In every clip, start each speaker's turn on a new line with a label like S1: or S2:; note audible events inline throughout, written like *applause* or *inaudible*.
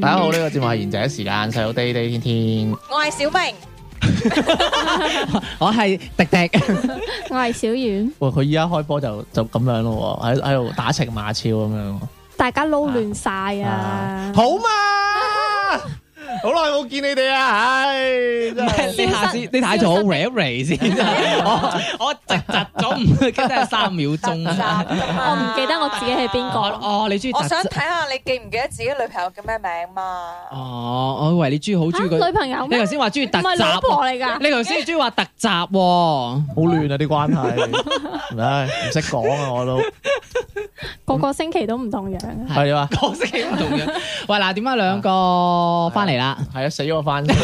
S1: 大家好，呢、個節目係賢者時間，細佬 day day 天天，
S2: 我係小明，
S1: 我係迪迪。
S3: 我係小婉，
S1: *laughs* 哇！佢依家開波就就咁樣咯喎，喺喺度打情罵俏咁樣喎。
S3: 大家撈亂晒啊！
S1: 好嘛，好耐冇見你哋啊，唉，真係
S4: 你下次你太早 r a r 先，真係我我窒窒咗唔，真係三秒鐘。
S3: *laughs* 我唔記得我自己係邊個，
S4: 哦，你中意
S2: 我
S4: 窒
S2: 想睇下你記唔記得自己女朋友叫咩名嘛？
S4: 哦，我以為你中意好中
S3: 啊
S4: 意
S3: 嚇女
S4: 佢。
S3: 朋友
S4: 你
S3: 咩？
S4: 頭
S3: 唔
S4: 先話中意特
S3: 係老婆
S4: 集，
S3: 嚟㗎。
S4: 你頭先中意話特集喎。
S1: 好亂啊啲關係， *laughs* 唉，唔識講啊我都
S3: 個個星期都唔同樣。
S4: 係
S1: 係啊，
S4: 角色唔同嘅。喂，嗱，點解啊兩個翻嚟啦？
S1: 係啊，死咗我翻先，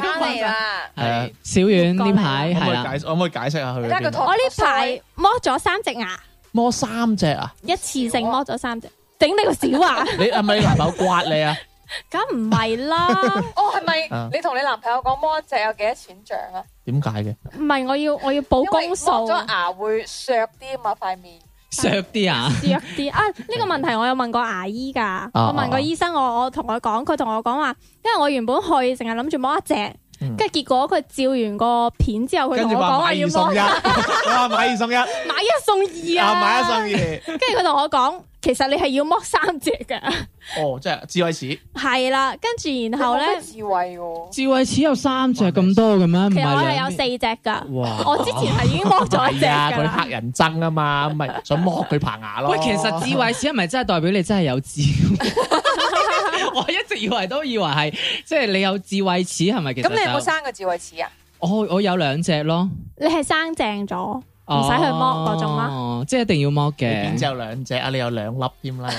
S2: 翻嚟啦，
S1: 係啊，
S4: 小遠呢排
S1: 可唔可
S4: 係
S1: 以
S4: 啦，
S1: 解可唔可以解釋下佢
S2: 你睇
S1: 去
S2: 佢
S1: 邊
S2: 肚
S1: 度？
S3: 我呢排剝咗三隻牙，
S1: 摸三隻啊！
S3: 一次性剝咗三隻，頂你個小牙！
S1: 你係咪你男朋友刮你啊？
S3: *laughs* 梗唔係啦，
S2: 哦係
S1: 啊
S2: 咪你同你男朋友講摸一隻有幾多錢獎啊？
S1: 點解嘅？
S3: 唔係我要我要報
S2: 因為
S3: 公
S2: 剝
S3: 數。
S2: 咗牙會削啲嘛塊面，
S4: 削啲啊！
S3: 弱啲啊！呢、個問題我有問過牙醫㗎，我問過醫生，我我同佢講，佢同我講話，因為我原本去淨係諗住摸一隻，
S1: 嗯
S3: 跟住、結果佢照完個片之後，佢同我講話要摸
S1: *laughs* 哇買二
S4: *laughs*
S1: 送一，啊
S3: *laughs* 買一送二啊，
S1: 一送
S3: 跟住佢同我講，其實你係要摸三隻㗎，
S1: 二，哦，即係智慧齒，
S3: 係啦，跟住然後
S2: 你冇
S3: 咧
S2: 乜，智慧喎。
S4: 智慧齒有三隻咁多嘅咩？唔
S3: 其實我
S4: 係啊
S3: 係
S4: 兩
S3: 有
S4: 隻
S3: 四隻㗎，
S4: 哇
S3: 我之前係已經摸咗一隻
S1: 係啊，
S3: 㗎
S1: 佢
S3: 啦
S1: 黑。人憎啊嘛，咁咪想剝佢棚牙咯。
S4: 喂，其
S1: *laughs*
S4: 實智慧齒係咪真係代表你真係有智慧？ *laughs* 我一直以為都以為係，即係你有智慧齒係咪？其實
S2: 咁你有冇
S4: 就
S2: 生過智慧齒啊？
S4: 我我有兩隻咯，
S3: 你係生正咗，唔使去剝嗰種啦。
S4: 哦，即係一定要剝
S1: 你邊只
S4: 嘅。
S1: 有兩隻啊？你有兩粒添
S4: *laughs*
S1: 啦。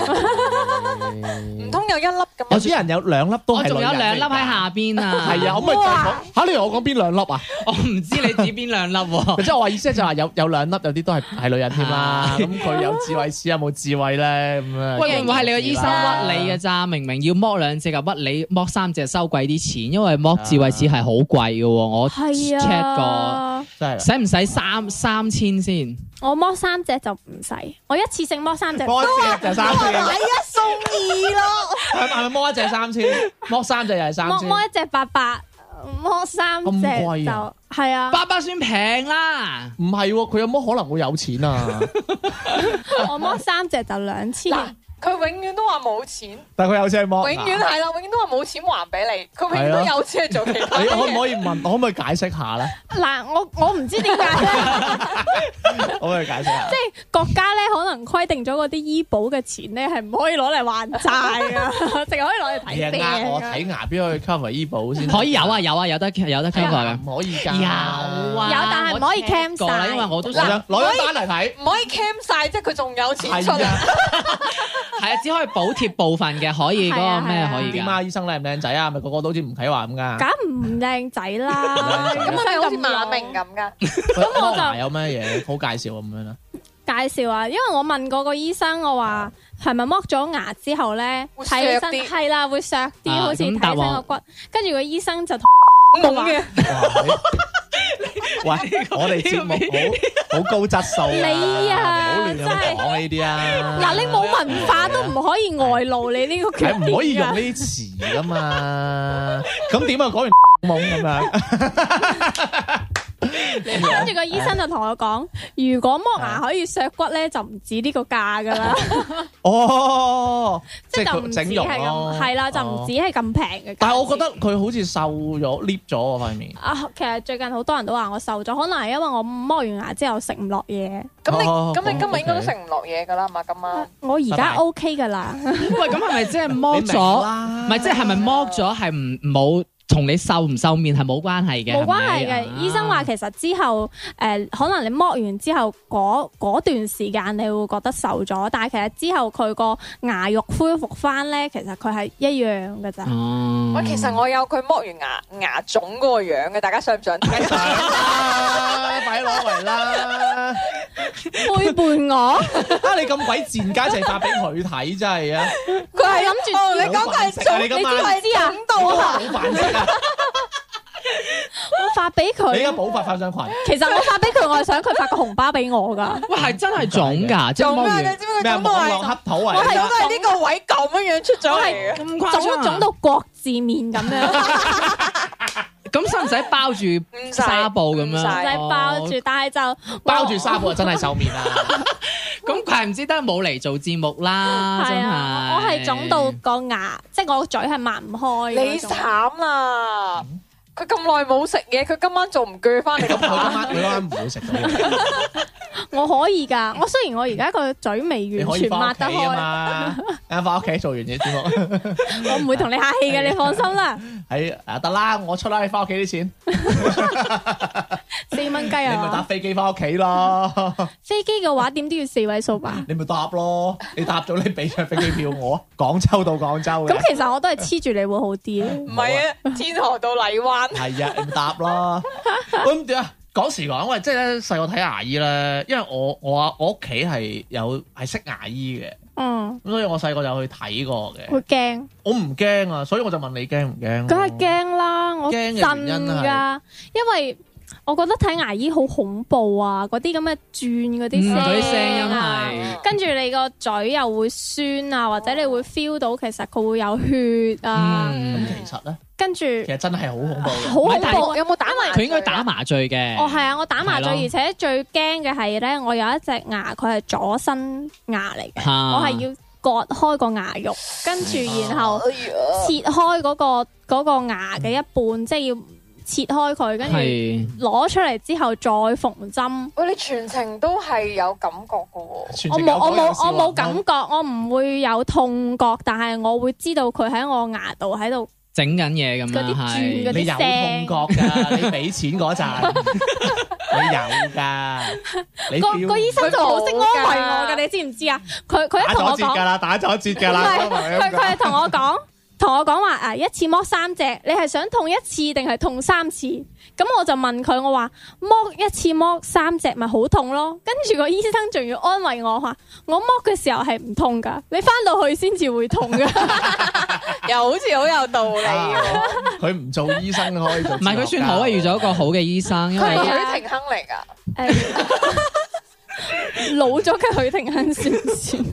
S2: 唔通有一粒咁
S1: 我
S2: 樣？
S1: 啲人有兩粒都
S4: 我
S1: 係
S4: 仲
S1: 女
S4: 有
S1: 人
S4: 兩粒
S1: 嚟㗎
S4: 喺。下邊啊！
S1: 係啊，我咪就係講嚇你同我講邊兩粒啊？
S4: *laughs* 我唔知你指邊兩粒喎。
S1: *laughs* 即係我話意思就係話有有兩粒，有啲都係係女人添
S4: *laughs*
S1: 啦。咁佢有智慧齒有冇智慧咧？咁啊，
S4: 喂，會唔會係你個醫生屈你嘅咋？明明要剝兩隻就屈你，剝三隻收貴啲錢，因為剝
S1: 啊
S4: 智慧齒係好貴嘅喎。我
S3: 係
S4: check 過，
S3: 啊，
S1: 真係啦。
S4: 使唔使三三千先？
S3: 我摸三隻就唔使，我一次性摸三隻。
S1: 摸一隻就三千，
S2: *laughs* 買一送二咯，
S1: 係咪啊摸一隻三千，摸三隻又係三
S3: 摸
S1: 千。
S3: 摸一隻八百，摸三隻就
S1: 咁貴啊
S3: 係
S1: *laughs*
S3: 啊！
S4: 八百算平啦。
S1: 唔係喎，佢有冇可能會有錢啊？
S4: *laughs*
S3: 我摸三隻就兩千，
S2: 嗱佢永遠都話冇錢。
S1: 但係佢有錢係摸
S2: 永遠係啦，永遠都話冇錢還俾你，佢永遠
S1: 係
S2: 都
S1: 咯
S2: 有錢去做其
S3: *laughs*
S2: 他
S1: 你可唔
S2: 嘢。
S1: 可以問？可唔可以解釋下咧？
S3: 嗱我我唔知點解
S1: *laughs*
S3: 咧，
S1: 可唔可以解釋下？
S3: 即係國家咧可能規定咗嗰啲醫保嘅錢咧係唔可以攞嚟還債
S1: *laughs*
S3: 啊，淨係可以攞嚟睇病
S1: 係啊，呃我
S3: 啊。
S1: 睇牙邊可以 cover 醫保先？
S4: 可以有啊有啊有得有得 cover 嘅。
S1: 唔可以㗎。
S4: 有啊，
S3: 有但係唔可以
S4: 我 check 過啦
S3: cam 晒
S4: 因為我都
S1: 我
S4: 想
S1: 想
S4: 係
S1: 攞張單嚟睇。
S2: 唔可以 cam 晒，即係佢仲有錢出
S1: 係
S2: 啊！
S1: 啊，
S4: 啊，只可以補貼部分嘅，可以
S3: 係啊
S4: 嗰個咩
S3: 係啊
S4: 可以
S1: 點
S4: 㗎？
S1: 啊？醫生靚唔靚仔啊？咪個個都好似吳啟華咁㗎。
S3: 梗唔靚仔啦，
S1: *laughs* 咁
S2: 咁係好似馬
S3: 老
S2: 明咁噶，
S1: 咁
S3: 我就
S1: 有咩嘢好介紹咁 *laughs* 樣啦？
S3: 介紹啊，因為我問過個醫生，我話係咪剝咗牙之後咧，
S2: 會
S3: 睇起
S2: 削
S3: 身
S2: 啲
S3: 係啦，會削啲，
S4: 啊
S3: 好似
S4: 咁
S3: 睇起
S4: 答
S3: 身
S4: 案
S3: 個骨，跟住個醫生就同
S2: 懵嘅。
S1: 哇你喂，我哋節目好好高質素
S3: 你啊
S1: 唔好亂咁講呢啲啊！
S3: 嗱，你冇文化都唔可以外露你呢個缺
S1: 係
S3: 點
S1: 唔可以用
S3: 㗎
S1: 呢啲詞噶嘛？咁點啊？講完 *laughs* 懵咁樣，啊
S3: 跟住個醫生就同我講，如果剝牙可以削骨咧，就唔止呢個價㗎
S1: *laughs*
S3: 啦，
S1: 哦，
S3: 即係
S1: 係
S3: 就唔
S1: 佢
S3: 止
S1: 整
S3: 係
S1: 容咯，
S3: 咁，係啦，就唔止
S1: 止。
S3: 係咁平嘅價錢。
S1: 但係我覺得佢好似瘦咗，lift 咗我塊面。
S3: 啊，其實最近好多人都話我瘦咗，可能係因為我剝完牙之後食唔落嘢，
S2: 咁你
S1: 哦
S2: 咁你今日應該都
S1: OK
S2: 食唔落嘢噶啦嘛？今晚
S3: 我而
S1: 哦拜
S3: 家
S1: 拜
S3: OK 㗎啦。
S4: 喂，咁係咪即係剝
S1: 你明
S4: 咗？
S1: 啦
S4: 唔係即係係咪剝咗係唔冇同你瘦唔瘦面係冇關係嘅，
S3: 冇關
S4: 係
S3: 係
S4: 咪啊
S3: 嘅。醫生話其實之後誒、可能你剝完之後嗰嗰段時間你會覺得瘦咗，但係其實之後佢個牙肉恢復翻咧，其實佢係一樣嘅咋。
S4: 哦
S2: 喂，其實我有佢剝完牙牙腫嗰個樣嘅，大家想唔想 *laughs* 睇？
S1: 啊，快攞嚟啦！
S3: 背叛我，
S1: 啊，你咁鬼賤家，就係發俾佢睇，真係啊！
S2: 佢係
S3: 諗住
S2: 哦，你講佢係腫，
S1: 你今晚
S2: 佢係腫到
S1: 好
S2: 啊！
S1: 煩色啊！
S3: 我發俾
S1: 你而家
S3: 佢。
S1: 補發發上群
S3: 其實我發俾佢，我係想佢發個紅包俾我
S4: *laughs*
S3: 㗎。
S4: 喂係真係腫㗎，即係剝
S2: 腫啊！
S4: 完
S2: 你知唔知佢
S1: 咩啊？
S2: 腫
S1: 網
S2: 到
S1: 絡
S2: 係
S1: 黑土
S2: 我
S1: 啊！
S2: 係都係呢個位咁樣樣出咗嚟嘅。
S4: 咁誇張
S3: 腫
S4: 啊
S3: 腫到國字面咁樣，
S4: 咁使唔使包住
S2: 唔使
S4: 紗布咁樣？
S2: 唔使
S3: 唔使包住，但係就
S1: 包住紗布啊真係瘦面啊！
S4: 咁怪唔之得冇嚟做節目啦，
S3: 係
S4: 真
S3: 啊，我係
S4: 係
S3: 腫到個牙，即係我個嘴係擘唔開
S2: 你
S3: 嗰種。
S2: 慘啦！佢咁耐冇食嘢，佢今晚仲唔鋸翻你
S1: 咁
S2: 個
S1: 佢今
S2: 扒？
S1: 晚佢今晚唔會食到
S3: *laughs*
S1: 嘅，
S3: 我可以㗎，我雖然我而家個嘴未
S1: 你
S3: 完
S1: 可
S3: 全
S1: 以翻
S3: 擘
S1: 屋
S3: 得
S1: 企啊
S3: 開，
S1: 嘛，啱翻屋企做完嘢節目。
S3: 我唔會同你客氣
S1: 啊
S3: 嘅，你放心啦。
S1: *laughs* 喺啊得啦，我出啦，你翻屋企啲錢，
S3: 四蚊雞
S1: 你咪搭
S3: 啊！
S1: 飛機翻屋企咯，
S3: *laughs* 飛機嘅話點都要四位數吧？
S1: 你咪搭咯，你搭咗你俾張飛機票我，廣州到廣州
S3: 咁
S1: 嘅，
S3: 其實我都係黐住你會好啲。
S2: 唔係啊，天河到荔灣。
S1: 係啊，你咪搭咯。咁點啊？講時講，喂，即係咧細個睇牙醫咧，因為我我啊我屋企係有係識牙醫嘅，
S3: 嗯，
S1: 咁所以我細個有去睇過嘅。
S3: 會驚，
S1: 我唔驚啊，所以我就問你驚唔驚？
S3: 梗係。驚啦！我
S1: 驚
S3: 震
S1: 嘅原因啊係
S3: 㗎，因為我覺得睇牙醫好恐怖啊！嗰啲咁嘅轉嗰啲
S4: 嗯嗰啲聲
S3: 聲
S4: 音
S3: 啊，
S4: 係
S3: 跟住你個嘴又會酸啊，或者你會 feel 到其實佢會有血啊，
S4: 嗯
S1: 咁其實咧，
S3: 跟住
S1: 其實真係好恐怖嘅。
S3: 好
S4: 唔係
S3: 恐
S4: 但係
S3: 怖。啊
S2: 有冇打埋？
S4: 佢應該打麻醉嘅。
S3: 哦，係啊！我打麻醉，
S4: 係咯
S3: 而且最驚嘅係咧，我有一隻牙佢係左身牙嚟嘅，
S4: 嚇
S3: 我係要割開個牙肉，跟住然後
S2: 哎呀
S3: 切開嗰、個嗰個牙嘅一半，即係要切開佢，跟住
S4: 係
S3: 攞出嚟之後再縫針。
S2: 喂，你全程都係有感覺嘅喎。
S1: 全
S3: 我
S1: 程
S3: 冇
S1: 有
S3: 我冇
S1: 講有笑啊
S3: 我冇感覺，我唔會有痛覺，但係我會知道佢喺我牙度喺度
S4: 整緊嘢咁
S3: 嗰啲
S4: 樣
S3: 轉嗰
S4: 係。
S3: 啲
S1: 你有痛覺㗎，你俾錢嗰陣，你有㗎，你
S3: 個個
S1: feel-
S3: 醫生就好識安慰我
S2: 佢冇㗎
S3: 㗎，你知唔知啊？佢佢
S1: 打
S3: 一同
S1: 咗
S3: 我
S1: 折
S3: 講
S1: 㗎。啦，打咗折㗎
S3: 唔
S1: 啦，
S3: 係佢佢係同我講，啊 *laughs* 同我講話啊，一次剝三隻，你係想痛一次定係痛三次？咁我就問佢，我話剝一次剝三隻咪好痛咯。跟住個醫生仲要安慰我話，我剝嘅時候係唔痛噶，你翻到去先至會痛噶。 *laughs*
S2: 又好似好有道理
S1: 啊
S2: 喎。
S1: 佢唔做醫生可以做，
S4: 唔係佢算好啊，遇。咗一個好嘅醫生，因
S2: 佢
S4: 為
S2: 係許廷鏗嚟㗎。
S3: 誒老咗嘅許廷鏗算唔算？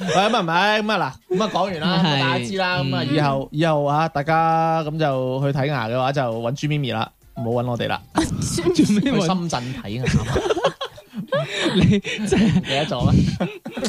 S1: 喂，咁啊唔係咁啊嗱，咁啊講完啦，咁啊
S4: 係
S1: 大家知啦，咁啊
S4: 嗯
S1: 以後以後啊，大家咁就去睇牙嘅話就揾朱咪咪啦，唔好揾我哋啦，
S4: 做咩
S1: 去
S4: 揾
S1: 深圳睇牙 *laughs* 嘛，
S4: 你即係
S1: 唔記得咗啦，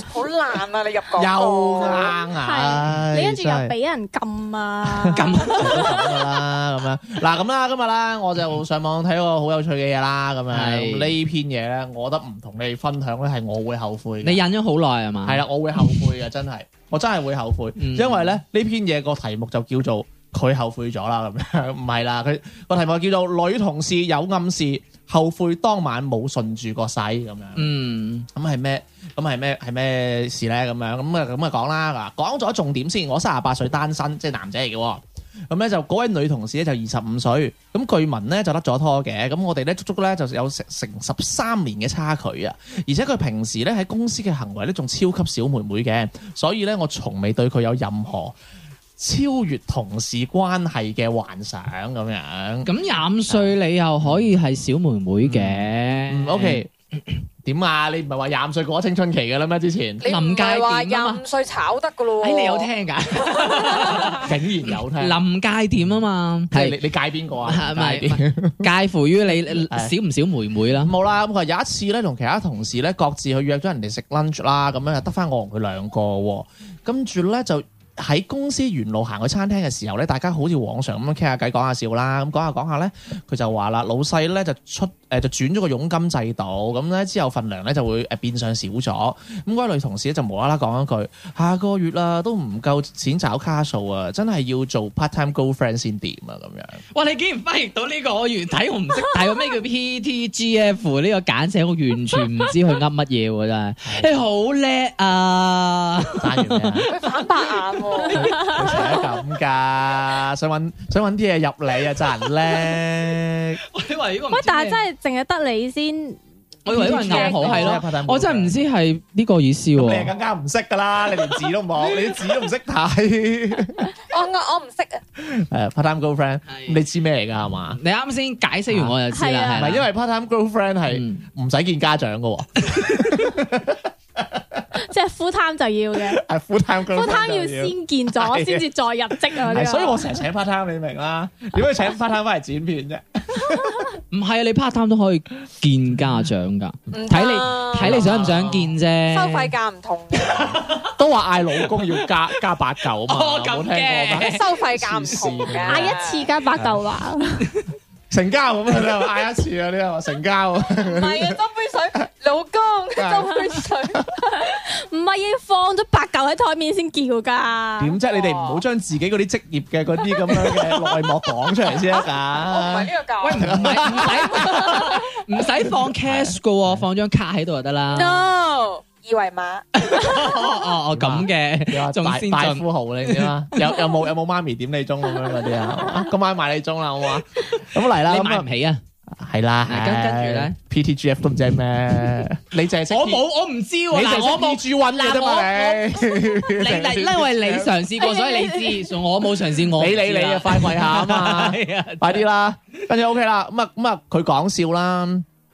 S2: 好爛啊！你入
S1: 又
S2: 廣告
S1: 硬牙，
S3: 你跟住
S1: 真
S3: 又
S1: 係
S3: 俾人 *laughs* 撳啊！
S4: 咁
S1: 都咁噶啦，咁樣嗱咁啦，今日啦，我就上網睇個好有趣嘅嘢啦，咁樣
S4: 係
S1: 咁呢篇嘢咧，我覺得唔同你哋分享咧，係我會後悔
S4: 你
S1: 嘅，
S4: 忍咗好耐係嘛？
S1: 係啦，我會後悔嘅，真係，我真係會後悔，
S4: 嗯
S1: 因為咧呢篇嘢個題目就叫做佢後悔咗啦，咁樣唔係啦，佢個題目叫做女同事有暗示，後悔當晚冇順住個勢咁樣。
S4: 嗯，
S1: 咁係咩？咁係咩？係咩事咧？咁樣咁啊咁啊講啦嗱，講咗重點先。我三十八歲單身，即係男仔嚟嘅喎。咁咧就嗰位女同事咧就二十五歲，咁據聞咧就甩咗拖嘅。咁我哋咧足足咧就有成成十三年嘅差距啊！而且佢平時咧喺公司嘅行為咧仲超級小妹妹嘅，所以咧我從未對佢有任何超越同事關係嘅幻想咁樣。
S4: 咁廿五歲你又可以係小妹妹嘅。
S1: 嗯，OK，點啊？你唔係話廿五歲過咗青春期嘅啦咩？之前
S2: 你唔係話廿五歲炒得㗎咯喎？
S4: 哎，你有聽㗎？
S1: 竟然有聽。
S4: 臨界點啊嘛，
S1: 係你你介邊個啊？
S4: 係咪
S1: 介邊
S4: 介乎於你你
S1: 係
S4: 少唔少妹妹啦
S1: 咁。冇啦，咁佢有一次咧，同其他同事咧，各自去約咗人哋食 lunch 啦，咁樣就得翻我同佢兩個喎。跟住咧就喺公司沿路行去餐廳嘅時候咧，大家好似往常咁樣傾下偈、講下笑啦。咁講下講下咧，佢就話啦，老細咧就出誒、就轉咗個佣金制度，咁咧之後份糧咧就會誒呃變相少咗。咁嗰位女同事咧就無啦啦講一句：下個月啦都唔夠錢找卡數啊，真係要做 part time girlfriend 先掂啊咁樣。
S4: 哇！你竟然翻譯到呢個，我原睇我唔 *laughs* 識睇喎，啊咩叫 PTGF 呢個簡寫，我完全唔知佢噏乜嘢喎，真係。你好叻啊！
S1: 單完未啊？
S2: 佢反白眼喎，
S1: 佢成日咁
S4: *laughs*
S1: 㗎，想揾想揾啲嘢入嚟啊，真係叻。
S4: *laughs* 我以為呢個唔知
S3: 喂，但係
S4: 咩
S3: 真係淨係得你先。
S4: 我以為呢個牛河係咯，
S1: 咯
S4: 我真係唔知係呢個意思
S1: 咁你係
S4: 喎。
S1: 更加唔識噶啦，你連字都
S4: *laughs*
S1: 冇，你啲字都唔識睇。
S2: 我我我唔識啊，
S1: 誒 part time girlfriend，
S4: 係
S1: 你知咩嚟㗎係嘛？
S4: 你啱先解釋完我就知
S3: 係
S4: 啦，
S3: 啊
S1: 唔
S4: 係啦
S1: 係因為 part time girlfriend 係
S4: 嗯
S1: 唔使見家長
S4: *laughs*
S1: 嘅喎，
S3: 即係 full time 就要嘅
S1: 係 full
S3: *laughs*
S1: time
S3: ，full
S1: girlfriend
S3: time
S1: 就
S3: 要先見咗，先至再入職啊！呢個
S1: 係，所以我成日請 part time 你明
S4: *laughs*
S1: 啦。點解請 part time 翻嚟剪片啫？
S4: 唔係啊，你 part time 都可以見家長㗎，
S2: 唔得啊
S4: 睇你睇你想唔啊想見啫。
S2: 收費價唔同嘅，
S1: 都話嗌老公要加加八嚿啊嘛，
S4: *laughs* 哦
S1: 冇
S4: 咁
S1: 聽過咩
S4: 嘅？
S2: 收費價唔同
S1: 黐線
S2: 嘅，
S3: 嗌一 *laughs* 次加八嚿話，
S1: 成交咁樣你又嗌一次啊？你又話成交啊？
S2: 唔係啊，斟杯水，老公斟杯水，
S3: 唔係要放咗八嚿喺台面先叫㗎。
S1: 點
S4: 啊
S1: 啫？你哋唔好將自己嗰啲職業嘅嗰啲咁樣嘅內幕講出
S4: *laughs*
S1: 嚟先得
S2: 我唔係
S1: 㗎。
S2: 呢個
S4: 喂，
S2: 價，
S4: 唔係唔使唔使放 cash 噶喎，放張卡喺度就得啦。
S2: no 二維碼，
S4: 哦哦哦，咁
S1: 你話
S4: 嘅，仲
S1: 大
S4: 先
S1: 大
S4: 進。
S1: 富豪你點啊？有有冇有冇媽咪點你鐘咁樣嗰啲啊？啊今晚買你鐘啦，好嘛？咁嚟啦，
S4: 你
S1: 咁
S4: 買
S1: 啊
S4: 唔起啊？
S1: 係啦，
S4: 嗱跟跟住咧
S1: ，PTGF 都唔知係咩，你淨係識
S4: 我冇，，我唔知喎。
S1: 你淨
S4: 嗱，我
S1: 係
S4: 冇。
S1: 識 P G 運嘅啫
S4: 你
S1: 嘛
S4: 嗱，
S1: 你。
S4: 因為你嘗試過，所以你知。我冇嘗試，我
S1: 你你你啊，快跪下啊
S4: *laughs*
S1: 嘛，快啲啦，跟住 OK 啦，咁啊咁啊，佢講笑啦，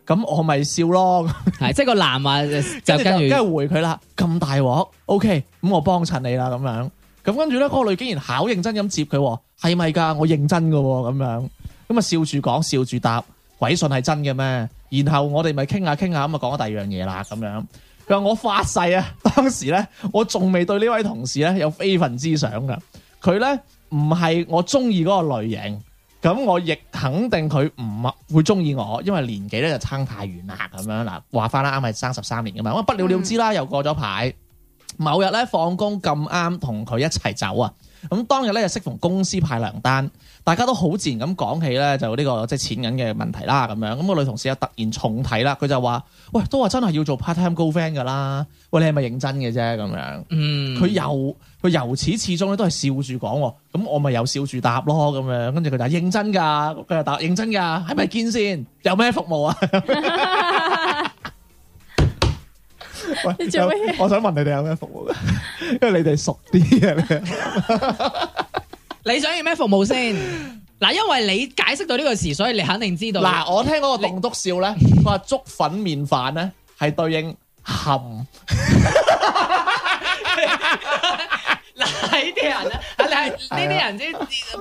S1: 咁我咪笑咯，
S4: 係即係個男話就
S1: 跟住
S4: 跟
S1: 就
S4: 住
S1: 跟住回佢啦，咁大鑊，OK，咁我幫襯你啦咁樣，咁跟住咧嗰個女竟然考認真咁接佢喎，係咪㗎？我認真㗎喎咁樣，咁啊笑住講笑住答，鬼信係真嘅咩？然後我哋咪傾下傾下咁啊講咗第二樣嘢啦咁樣。佢話我發誓啊，當時咧我仲未對呢位同事咧有非分之想㗎，佢咧唔係我中意嗰個類型。咁我亦肯定佢唔會中意我，因為年紀咧就差太遠啦咁樣嗱，話翻啦，啱係生十三年噶嘛，咁啊不了了之啦，又過咗排。某日咧放工咁啱同佢一齊走啊，咁當日咧就適逢公司派糧單，大家都好自然咁講起咧就呢、個即係錢銀嘅問題啦咁樣，咁、個女同事又突然重睇啦，佢就話：喂，都話真係要做 part time girlfriend 噶啦，喂你係咪認真嘅啫咁樣？
S4: 嗯，
S1: 佢由佢由始至終咧都係笑住講喎，咁我咪又笑住答咯咁樣，跟住佢就話認真㗎，佢就答認真㗎，係咪堅先？有咩服務啊？ *laughs* 喂
S3: 你做咩
S1: 有我想問你哋有咩服務㗎？ *laughs* 因為你哋熟啲啊，
S4: *laughs* 你想要咩服務先？嗱，因為你解釋到呢個詞，所以你肯定知
S1: 你
S4: 道。
S1: 嗱，我聽嗰個棟篤笑咧，佢話粥粉面飯咧係對應含，
S4: 嗱，呢啲人咧，係呢啲人先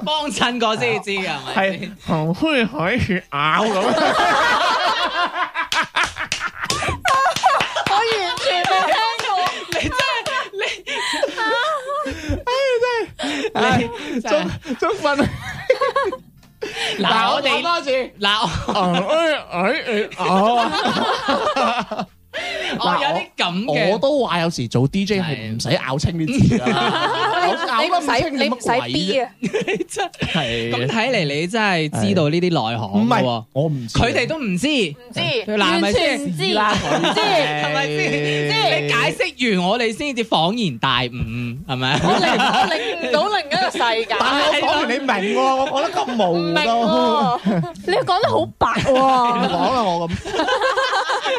S4: 幫襯過先知㗎，係咪？
S1: 係含灰海血咬咁。 *laughs*
S2: 我完全冇聽過。
S4: 你
S1: 粥
S4: 真係
S1: 粥粉，
S4: 嗱，我
S1: 講
S4: 哋
S1: 多次。
S4: 嗱， *laughs* 我我有啲咁
S1: 我
S4: 嘅，
S1: 都話有時做 DJ 係唔使咬清啲字㗎
S4: *laughs*
S1: 啦，
S2: 你
S1: 咬
S2: 唔使
S1: 得清
S2: 你唔使 B
S1: 啊，
S2: 啊，
S4: 真係咁
S1: 係
S4: 睇嚟你真係知道呢啲內
S1: 唔
S4: 行㗎
S1: 係
S4: 喎，
S1: 我唔知，啊
S4: 佢哋都唔知，
S2: 唔
S4: *laughs*
S2: 知
S4: 嗱，係咪
S3: 完
S4: 先
S3: 全唔知，
S1: 唔知
S4: 係咪先？即係你解釋完，我哋先至恍然大悟，
S1: *laughs*
S4: 係咪？
S2: 我領我領唔到另一個世界，
S1: 但係我講完你明喎，我講得咁模
S2: 唔
S1: 糊
S2: 明
S1: 都，
S2: 喎。
S3: 你講得好白
S1: *laughs*
S3: 喎。
S1: 唔講啦我
S4: *laughs*
S1: 咁，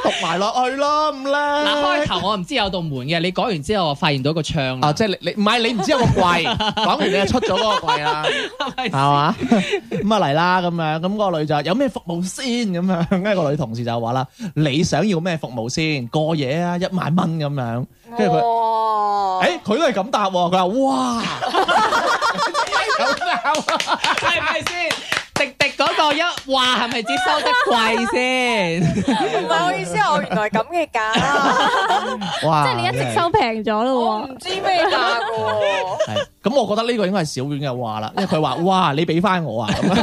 S1: 讀埋落去咯咁
S4: 嗱，開
S1: 啦。
S4: 頭我唔知有道門嘅，你講完之後，我發現到個窗啦
S1: 啊，，即係你你唔係你唔知有個櫃，
S4: *laughs*
S1: 講完你就出咗嗰個櫃啦。
S4: 係咪
S1: 係嘛？咁啊嚟啦，咁樣咁、個女就話有咩服務先咁樣，跟住個女同事就話啦：你想要咩服務先？過夜啊，一萬蚊咁樣。跟
S3: 哦
S1: *laughs* 住佢，誒、
S2: 哇！
S1: 佢都係咁答喎。佢話：
S3: *laughs*
S1: 哇，咁答啊！
S4: 係咪先？迪迪嗰個一話係咪接收得貴先？
S1: *laughs*
S2: 唔係我意思，我原來咁嘅價，
S1: 哇！
S3: 即係你一直收平咗
S2: 我
S3: 咯喎。
S2: 唔知咩價噶
S1: *laughs*
S2: 喎。
S1: 係。咁我覺得呢個應該係小丸嘅話啦，因為佢話：哇，你俾翻我啊！咁
S3: *laughs*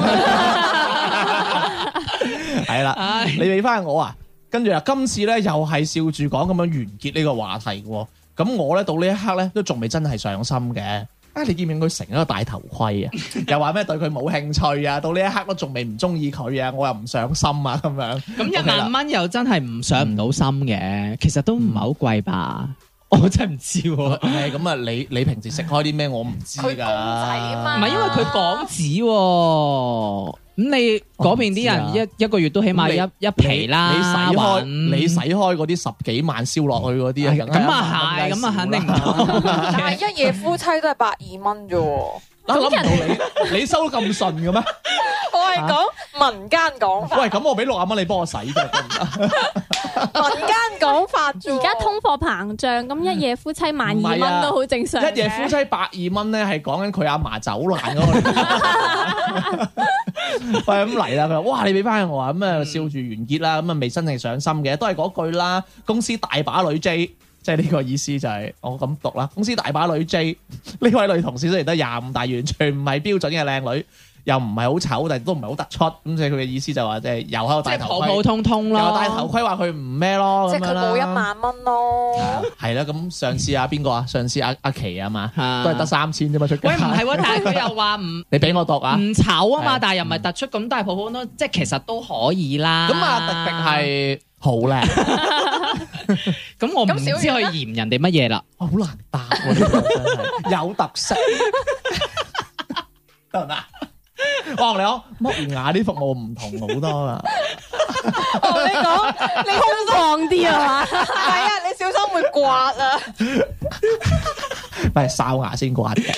S1: 樣係啦， *laughs* 你俾翻我啊！跟住啊，今次咧又係笑住講咁樣完結呢個話題喎。咁我咧到呢一刻咧都仲未真係上心嘅。啊！你見唔見佢成日都戴頭盔
S2: *laughs*
S1: 啊？又話咩對佢冇興趣啊？到呢一刻都仲未唔中意佢啊！我又唔上心啊咁樣。
S4: 咁一
S1: OK 啦
S4: 萬蚊又真係唔上唔到心嘅，其實都唔係好貴吧？
S1: 嗯
S4: 我真係唔知喎，唔
S1: 誒咁啊，你你平時食開啲咩？我唔知㗎。
S2: 佢公仔啊嘛
S4: 係因為佢港紙喎。咁你嗰邊啲人一一個月都起碼
S1: 啊咁
S4: 一一皮啦，
S1: 你使開
S4: 還
S1: 你使開嗰啲十幾萬燒落去嗰啲啊，梗係
S4: 咁啊係，
S1: 一萬
S4: 咁啊肯定唔
S1: 蚊雞
S4: 同。
S2: 但係一夜夫妻都係百二蚊啫喎。我
S1: 少啦。諗唔到你你收得咁順
S2: *laughs*
S1: 嘅咩？
S2: 係講民間講
S1: *laughs*
S2: 法，
S1: 喂，咁我俾六啊蚊你幫我使啫，得唔得
S2: 民間講法啫喎
S3: 而家通貨膨脹，咁一夜夫妻萬
S1: 唔
S3: 二
S1: 係啊
S3: 蚊都好正常嘅。
S1: 一夜夫妻百二蚊咧，係講緊佢阿嫲走難嗰個。喂，咁嚟啦！佢話：哇，你俾翻我啊！咁啊，笑住完結啦，咁啊，未真正上心嘅，都係嗰句啦。公司大把女 J，即係呢個意思就係、我咁讀啦。公司大把女 J，呢位女同事雖然得廿五，但係完全唔係標準嘅靚女，又唔係好醜，但係都唔係好突出。咁所以佢嘅意思就話即係又喺度
S4: 即
S1: 戴
S4: 係
S1: 頭
S4: 普
S1: 盔，
S4: 普通通
S1: 又
S4: 咯。
S1: 戴頭盔話佢唔咩咯，
S2: 即
S1: 咁
S2: 係佢
S1: 樣啦。
S2: 冇一萬蚊咯。
S1: 係啦，咁上次啊邊個啊？上次阿阿琪啊嘛，
S4: 啊
S1: 都係得三千啫嘛出街。
S4: 喂，唔係喎，但係
S1: *laughs*
S4: 佢又話唔
S1: 你俾我讀啊！
S4: 唔醜啊
S1: 係
S4: 嘛，但係又唔係突出咁，但係普普通通，即係其實都可以啦。
S1: 咁啊，特別係好靚，
S4: 咁我唔
S2: 咁小
S4: 知佢嫌人哋乜嘢啦。
S1: 哇好難答喎，呢個真係有特色，得唔得啊？我同你講，剝牙啲服務唔同好多啊！
S2: 我你講，你小心
S3: 放啲
S1: *laughs*
S3: 啊嘛，
S2: 係啊，你小心會刮啊！
S1: 唔係哨牙先刮
S4: *laughs*
S1: 嘅，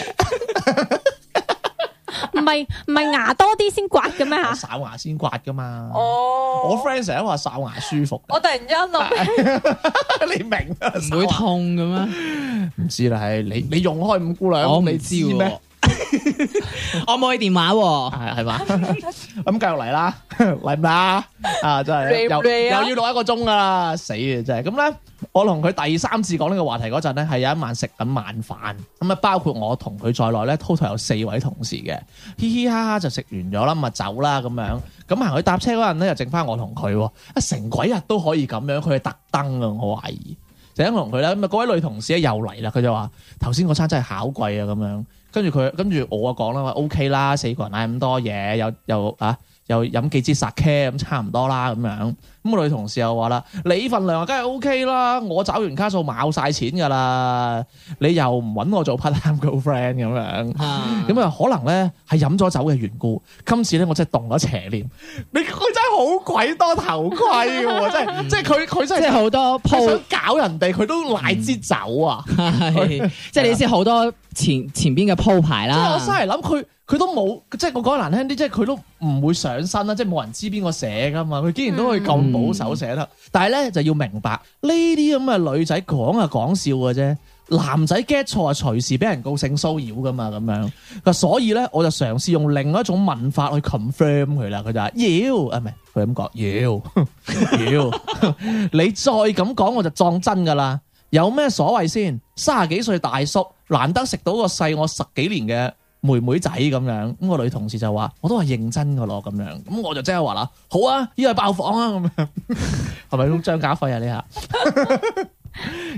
S3: 唔係唔係牙多啲先刮嘅咩吓？
S1: 哨牙先刮噶嘛。
S2: 哦，
S1: *laughs* 我 friend 成日都話哨牙舒服
S4: *laughs*
S2: 我突然之間諗，
S1: 嘅，你明啊？
S4: 唔會痛嘅咩？
S1: 唔知啦，係你你用開五姑娘，
S4: 我唔
S1: 你
S4: 知
S1: 咩
S4: 喎？。 *laughs* 我冇佢電話喎。
S1: 係係嘛？ *laughs* 咁繼續嚟啦， *laughs* 嚟唔嚟啊？啊，真係
S2: 嚟唔
S1: 又
S2: 嚟啊
S1: 又要錄一個鐘噶啦，死啊真係！咁咧，我同佢第三次講呢個話題嗰陣咧，係有一晚食緊晚飯，咁啊包括我同佢在內咧，total 有四位同事嘅，嘻嘻哈哈就食完咗啦，咁啊走啦咁樣。咁行去搭車嗰陣咧，又剩翻我同佢喎，啊成鬼日都可以咁樣，佢係特登啊，我懷疑。就因為我同佢啦，咁啊嗰位女同事咧又嚟啦，佢就話頭先嗰餐真係考貴啊咁樣。跟住佢，跟住我啊講啦，話 O K 啦，四個人嗌咁多嘢，又又啊又飲幾支 sake 咁差唔多啦咁樣。咁個女同事又話啦，你份量啊梗係 O K 啦，我找完卡數冇晒錢㗎啦，你又唔揾我做 part time girlfriend 咁樣。
S4: 啊
S1: 咁啊，可能咧係飲咗酒嘅緣故，今次咧我真係動咗邪念。你佢真係好鬼多頭盔嘅喎，真係，即係佢佢真
S4: 即係
S1: 係
S4: 好多
S1: 佢
S4: 鋪
S1: 想，搞人哋，佢都賴支酒啊！
S4: *laughs* 係即係你知好多前前邊嘅鋪排
S1: 即係
S4: 啦
S1: 我。真係諗佢，佢都冇，即係我講得難聽啲，即係佢都唔會上身啦，即係冇人知邊個寫噶嘛。佢竟然都可以咁保守寫得，但係咧就要明白呢啲咁嘅女仔講啊講笑嘅啫。男仔 get 錯啊，隨時俾人告性騷擾噶嘛，咁樣。佢話所以咧，我就嘗試用另外一種文法去 confirm 佢啦。佢就話：妖啊，唔係佢咁講，妖妖，你再咁講我就撞真噶啦。有咩所謂先？三十幾歲大叔，難得食到個細我十幾年嘅妹妹仔咁樣，咁個女同事就話：我都係認真噶咯咁樣，咁我就即刻話啦，好啊，依個係爆房啊咁樣， *laughs* 係咪張家輝啊 *laughs* 呢下？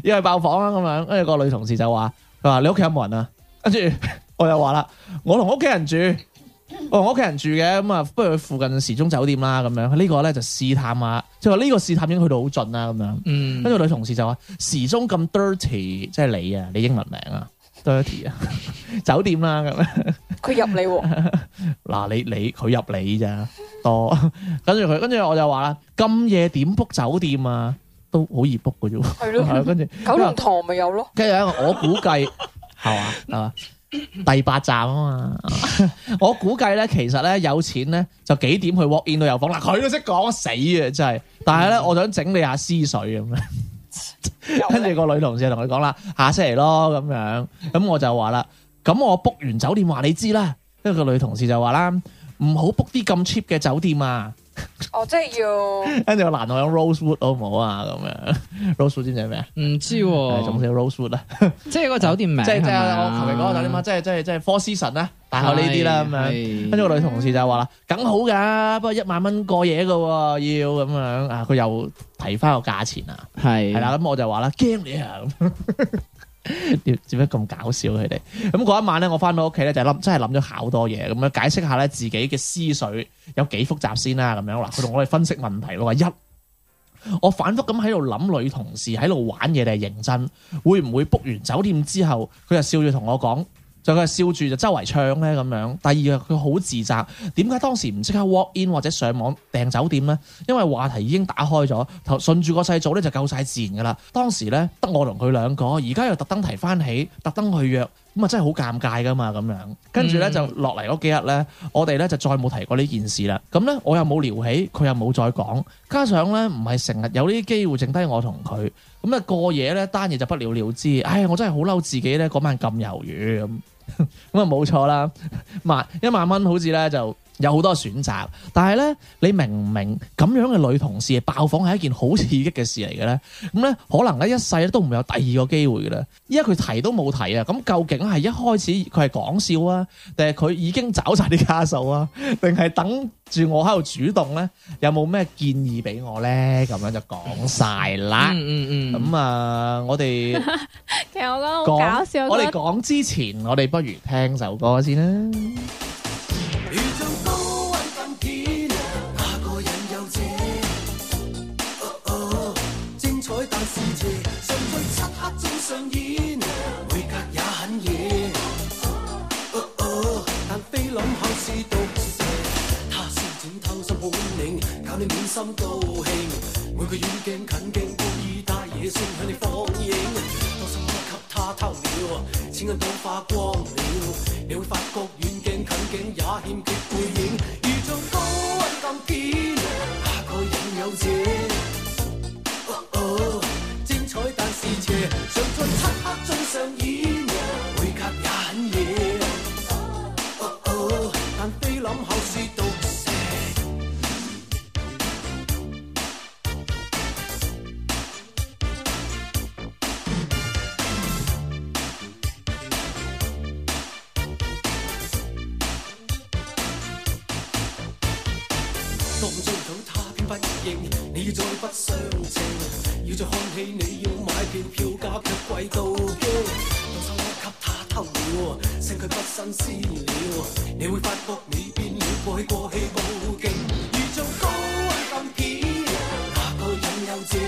S1: 依個係爆房啊咁樣，跟住個女同事就話：佢話你屋企有冇人啊？跟住我又話啦，我同屋企人住，我同屋企人住嘅，咁啊，不如去附近時鐘酒店啦咁樣。呢個咧就試探下，即係話呢個試探已經去到好盡啦咁樣。
S4: 嗯
S1: 跟住女同事就話：時鐘咁 dirty，即係你啊，你英文名啊，dirty 啊， *laughs* 酒店啦咁樣。
S2: 佢入
S1: *laughs*
S2: 嚟喎，
S1: 嗱，你你佢入你咋多？ *laughs* 跟住佢，跟住我就話啦，咁夜點 book 酒店啊？都好易 book 嘅啫 *laughs* 喎。
S2: 係
S1: 係啊
S2: 咯，
S1: 跟住
S2: 九龍塘咪有咯，
S1: 跟住咧，我估計 *laughs* 係嘛係嘛，第八站啊嘛。 *laughs* 我估計咧，其實咧有錢咧就幾點去 walk in 都有房。嗱，佢都識講死啊，真係。但係咧，我想整理下思緒咁樣。
S2: 有
S1: *laughs* 跟住個女同事就同佢講啦，下星期咯咁樣。咁我就話啦，咁我 book 完酒店話你知啦。跟住個女同事就話啦，唔好 book 啲咁 cheap 嘅酒店啊， *laughs*
S2: 哦，即係要
S1: 跟住我難我用 rosewood 好唔好啊？咁樣 *laughs* rosewood 知唔知係咩啊？
S4: 唔知
S1: 誒總
S4: 喎，
S1: 之 rosewood 啦，
S4: 即係個酒店名
S1: 即係即係
S4: 係嘛
S1: 我求其講個酒店啊，即係即係即係 Four Seasons 啦，大概呢啲啦咁樣。
S4: 樣
S1: 跟住我女同事就話啦，梗好㗎，不過一萬蚊過夜㗎喎，要咁樣啊，佢又提翻個價錢啊，
S4: 係嗯
S1: 係啦，咁我就話啦，驚你啊咁。 *laughs* 點點解咁搞笑佢哋？咁嗰一晚咧，我翻到屋企咧就諗，真係諗咗好多嘢，咁樣解釋下咧自己嘅思緒有幾複雜先啦，咁樣嗱，佢同我哋分析問題咯，話一。我反覆咁喺度諗女同事喺度玩嘢定係認真，會唔會 book 完酒店之後，佢就笑住同我講，就佢就笑住就周圍唱咧咁樣。第二佢好自責，點解當時唔即刻 walk in 或者上網訂酒店呢？因為話題已經打開咗，頭順住個細組咧就夠晒自然噶啦。當時咧得我同佢兩個，而家又特登提翻起，特登去約。咁啊，真係好尷尬噶嘛，咁樣跟住咧
S4: 嗯
S1: 就落嚟嗰幾日咧，我哋咧就再冇提過呢件事啦。咁咧我又冇聊起，佢又冇再講。加上咧唔係成日有呢啲機會，剩低我同佢咁啊過夜咧單嘢就不了了之。唉，我真係好嬲自己咧嗰晚咁猶豫咁，咁啊冇錯啦， *laughs* 萬一萬蚊好似咧就有好多選擇，但係咧你明唔明咁樣嘅女同事爆房係一件好刺激嘅事嚟嘅咧？咁咧可能咧一世都唔會有第二個機會嘅啦。依家佢提都冇提啊，咁究竟係一開始佢係講笑啊，定係佢已經找晒啲卡數啊， *laughs* 定係等住我喺度主動咧？有冇咩建議俾我咧？咁樣就講晒啦。
S4: 嗯嗯嗯，
S1: 啊咁啊、
S3: *laughs*
S1: 我哋
S3: 其實我覺得好
S1: 講
S3: 搞笑，啊
S1: 我哋
S3: 覺得
S1: 講之前，我哋不如聽首歌先啦。
S5: 如像高溫翻天，哪個人有這？哦哦，精彩但是邪，常在漆黑中上演，每格也很野。哦哦，但菲林後是毒蛇，他施展偷心本領，搞你滿心高興。每個遠鏡近鏡故意帶野性向你放映，多心給他偷了，錢銀都花光了，你會發覺遠鏡近鏡也欠缺背影。如像高溫咁片，哪個人有這？哦哦，精彩但是邪，常在漆黑中上演，每格也很野。哦哦，但菲林後是毒蛇。當追到他偏不應，你要再不相稱，要再看戲你要買票，票價卻貴到驚。當手我給他偷了，勝佢不新鮮了，你會發覺你變了，過去過氣冇勁，如像高溫咁片，哪個人有這？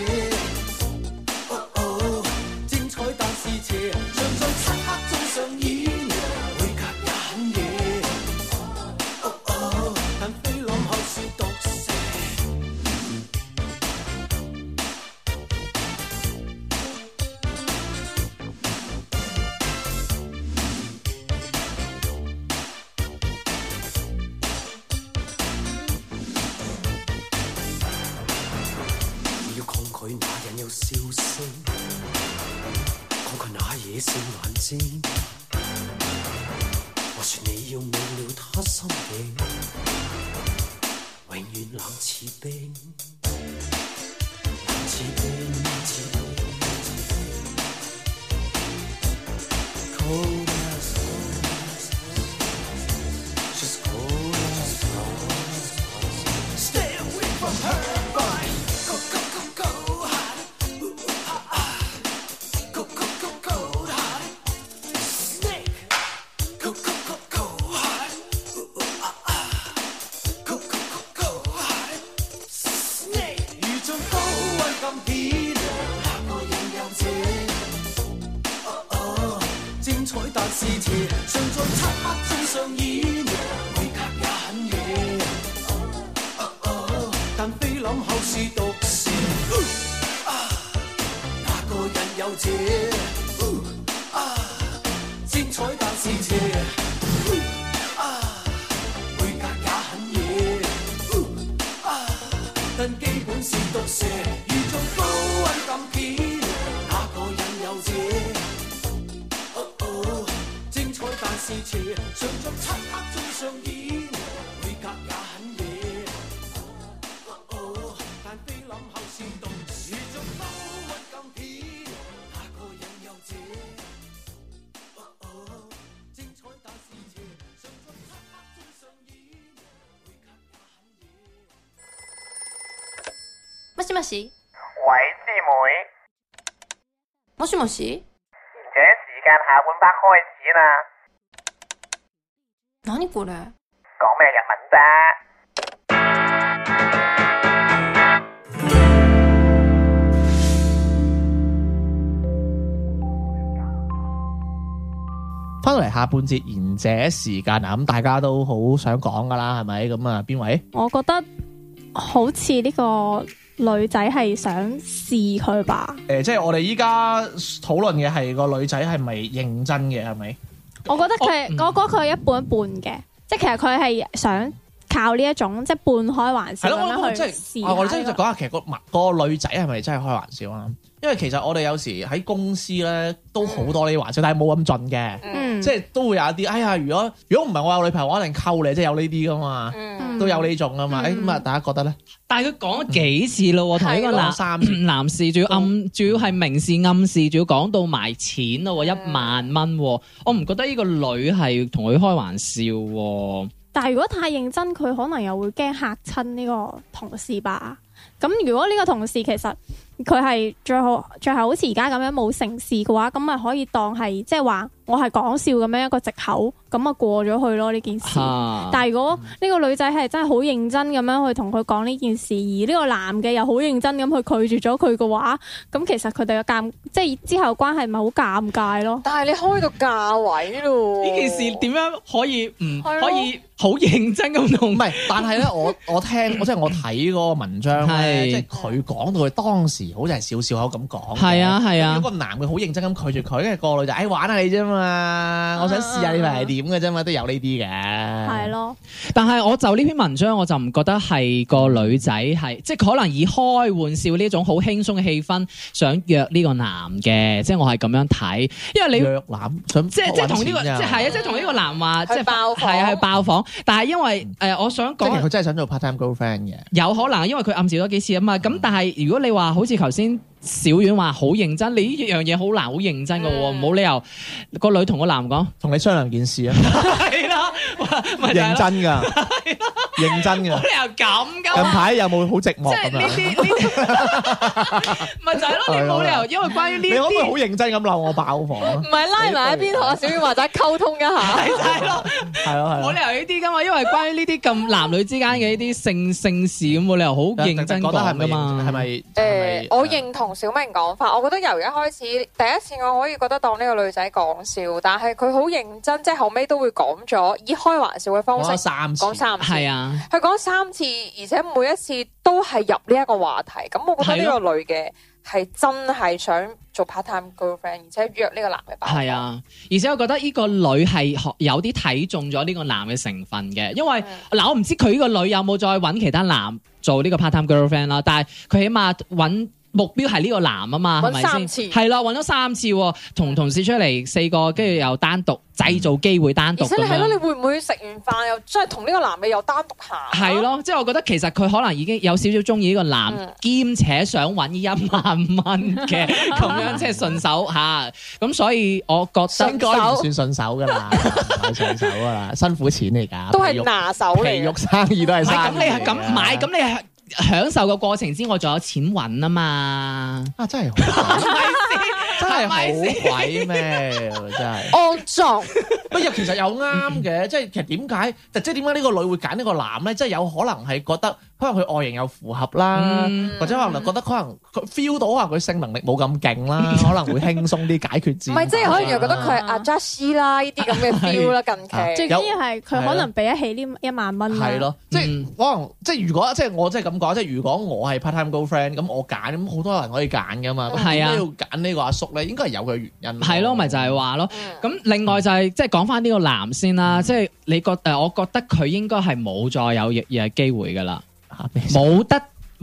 S5: 哦哦，精彩但是邪，常在漆黑中上演，每格也很野。哦哦，但菲林後是毒蛇。你要抗拒那人有笑聲，抗拒那野性眼睛。或說你要忘了他心境，永遠冷似冰，冷似冰，冷似冰。Cold as ice, just cold as ice. Stay away from her, boy. Go, go, go, go, hide. Ooh, ooh, ah, ah. Go, go, go, go, hide. Snake. Go, go, go, go, hide. Ooh, ooh, ah, ah. Go, go, go, go, hide. Snake. 如像高溫咁片，哪個人有這？哦哦，精彩但是邪，常在漆黑中上演，每格也很野。哦哦，但菲林後是毒蛇。啊，哪個人有這？啊！精彩但是邪。啊，每格也很野。啊，但基本是毒蛇，如做高溫咁片，哪個人啊有這？哦哦，精彩但是邪，啊哦常在漆黑中上演，每格也很野。
S6: もし
S7: 喂，師妹，
S6: もしもし
S7: 賢者時間下半 part 開始啦，
S6: 何これ
S7: 講咩日文啫？
S1: 翻到嚟下半節賢者時間啊，咁大家都好想講噶啦，係咪？咁啊，邊位？
S3: 我覺得好似呢個女仔係想試佢吧。
S1: 诶、呃即係我哋依家討論嘅係個女仔係咪認真嘅，係咪？
S3: 我覺得佢，我覺得佢係一半一半嘅，即係其實佢係想靠呢一種即係半開玩
S1: 係
S3: 笑
S1: 咯，
S3: 咁
S1: 我
S3: 樣
S1: 我
S3: 去
S1: 真
S3: 試
S1: 係啊我哋真
S3: 下
S1: 係
S3: 呢個。
S1: 講下，其實個物個女仔係咪真係開玩笑啊？因為其實我哋有時喺公司咧都好多呢啲玩笑，但係冇咁盡嘅，
S3: 嗯，
S1: 即係都會有一啲，哎呀，如果如果唔係我有女朋友，我一定溝你，即係有呢啲噶嘛，
S3: 嗯
S1: 都有呢種噶嘛。
S3: 嗯
S1: 誒咁啊，大家覺得咧？
S4: 但係佢講咗幾次咯喎，同呢個
S2: 係
S4: 男
S1: 講三次
S4: *clears throat* 男士仲要暗，仲要係明示暗示，仲要講到埋錢咯喎，一萬蚊喎，我唔覺得呢個女係同佢開玩笑喎。
S3: 但係如果太認真，佢可能又會驚嚇親呢個同事吧。咁如果呢個同事其實佢係最好最後好似而家咁樣冇成事嘅話，咁咪可以當係即係話我係講笑咁樣一個藉口，咁啊過咗去咯呢件事。
S1: 啊
S4: 嚇
S3: 但係如果呢個女仔係真係好認真咁樣去同佢講呢件事，而呢個男嘅又好認真咁去拒絕咗佢嘅話，咁其實佢哋嘅尷即係之後關係咪好尷尬咯？
S2: 但係你開到價位咯，
S4: 呢件事點樣可以唔
S2: 係咯
S4: 可以好認真咁同
S1: 唔？係，但
S4: *laughs*
S1: 係咧，我我聽，我即係我睇嗰個文章咧，
S4: 係
S1: 即係佢講到佢當時好似係笑笑口咁講嘅。
S4: 係啊係啊
S1: 如果個男嘅好認真咁拒絕佢，跟住個女就誒玩下你啫嘛，我想試下你份係點嘅啫嘛，都有呢啲嘅。啊
S3: 係咯。
S4: 但係我就呢篇文章，我就唔覺得係個女仔係，即係可能以開玩笑呢種好輕鬆嘅氣氛，想約呢個男嘅，即係我係咁樣睇，因為你。
S1: 約攬想
S4: 即係即係同呢個
S1: 搵
S4: 即
S1: 錢
S4: 係
S1: 咋
S4: 係啊，即係同呢個男話
S2: 去
S4: 即係
S2: 爆房
S4: 係啊，去爆房。但係因為誒，我想
S1: 即係其
S4: 講
S1: 實佢真係想做 part time girlfriend 嘅。
S4: 有可能，因為佢暗示咗幾次啊嘛。咁但係如果你話好似頭先小婉話好認真，你呢樣嘢好難好認真嘅喎，
S2: 嗯
S4: 冇理由個女同個男講
S1: 同你商量件事啊，
S4: 係啦， *laughs* 咪就係 *laughs*
S1: 認
S4: 咯
S1: 真㗎，認真㗎
S4: 冇。理由咁
S1: 近
S4: 㗎嘛。
S1: 排有冇好寂寞咁
S4: 即係呢
S1: 樣？
S4: 啲呢啲，咪就係咯，你冇理由因為關於
S1: 你
S4: 呢
S1: 可唔可以好
S4: 啲。
S1: 認真咁鬧我爆房啊
S2: 唔？係拉埋一邊同阿小婉或者溝通一下。
S4: 係就係咯，
S1: 係咯係
S4: 冇
S1: 咯
S4: 理。由呢啲噶嘛，因為關於呢啲咁男女之間嘅呢
S1: *laughs*
S4: 啲性性事咁，冇理由好認真
S1: 覺得係
S4: 講
S1: 咪
S4: 噶嘛。
S1: 認係咪？係咪
S2: 誒，我認同小明講法，我覺得由一開始第一次我可以覺得當呢個女仔講笑，但係佢好認真，即係後尾都會講咗，以開玩笑嘅方
S1: 講咗
S2: 式
S1: 三次
S2: 講。三次。
S4: 係啊，
S2: 佢講三次，而且每一次都係入呢一個話題。咁我覺得
S4: 係咯
S2: 呢個女嘅係真係想做 part time girlfriend，而且約呢個男嘅吧。
S4: 係啊，而且我覺得呢個女係學有啲睇中咗呢個男嘅成分嘅，因為
S2: 嗯
S4: 嗱，我唔知佢呢個女有冇再揾其他男做呢個 part time girlfriend 啦，但係佢起碼揾目標係呢個男啊嘛，
S2: 揾
S4: 係咪
S2: 三
S4: 先？
S2: 次
S4: 係啦，揾咗三次喎，同同事出嚟四個，跟住又單獨製造機會單
S2: 而
S4: 獨
S2: 且
S4: 咁
S2: 你係咯，你
S4: 樣。
S2: 會唔會食完飯又真係同呢個男嘅又單獨行啊？
S4: 係咯，即係我覺得其實佢可能已經有少少中意呢個男，
S2: 嗯
S4: 兼且想揾呢一萬蚊
S1: *laughs*
S4: 嘅咁樣，即係順手嚇。咁所以我覺得
S1: 應該唔算順手㗎
S2: *laughs*
S1: 啦，唔係順手㗎啦，辛苦錢嚟㗎。
S2: 都
S1: 皮
S2: 係
S1: 肉
S2: 拿手嚟
S1: 皮
S2: 嘅
S1: 肉。生意都係
S4: 唔
S1: 生
S4: 係
S1: 意
S4: 咁，你係啊
S1: 嚟
S4: 咁
S1: 㗎
S4: 買，咁你係享受個過程之外，仲有錢揾啊嘛。
S1: 啊，真係
S4: *laughs*
S1: 好鬼真係好鬼咩？真係。
S2: 安葬，
S1: 不過其實有啱
S2: *laughs*
S1: 嘅，即係其實點解？就即係點解呢個女會揀呢個男咧？即係有可能係覺得，可能佢外形又符合啦，
S4: 嗯
S1: 或者可能覺得可能佢 feel 到可能佢性能力冇咁勁
S2: *laughs*
S1: 啦，可能會輕鬆啲解決
S2: 唔
S1: 戰。
S2: 係即係可能又覺得佢係阿 j a s 啦，呢啲咁嘅 feel 啦，近期。
S3: 最緊
S1: 有
S3: 要係佢可能俾得起呢一萬蚊啊
S2: 啊
S3: 啦
S1: 係。咯，即係
S4: 嗯
S1: 可能即係如果即係我即係咁講，即係如果我係 part time girlfriend，咁我揀咁好多人可以揀噶
S2: 嗯
S1: 嘛，咁
S4: 係
S1: 點
S4: 啊
S1: 解要揀呢個阿叔咧？應該係有佢嘅原因。啊
S4: 係咯，咪就係話咯。
S2: 嗯
S4: 咁另外就係、即係講翻呢個男先
S1: 嗯
S4: 啦，即係你覺誒、我覺得佢應該係冇再有嘢機會噶啦，
S1: 嚇啊咩事
S4: 冇得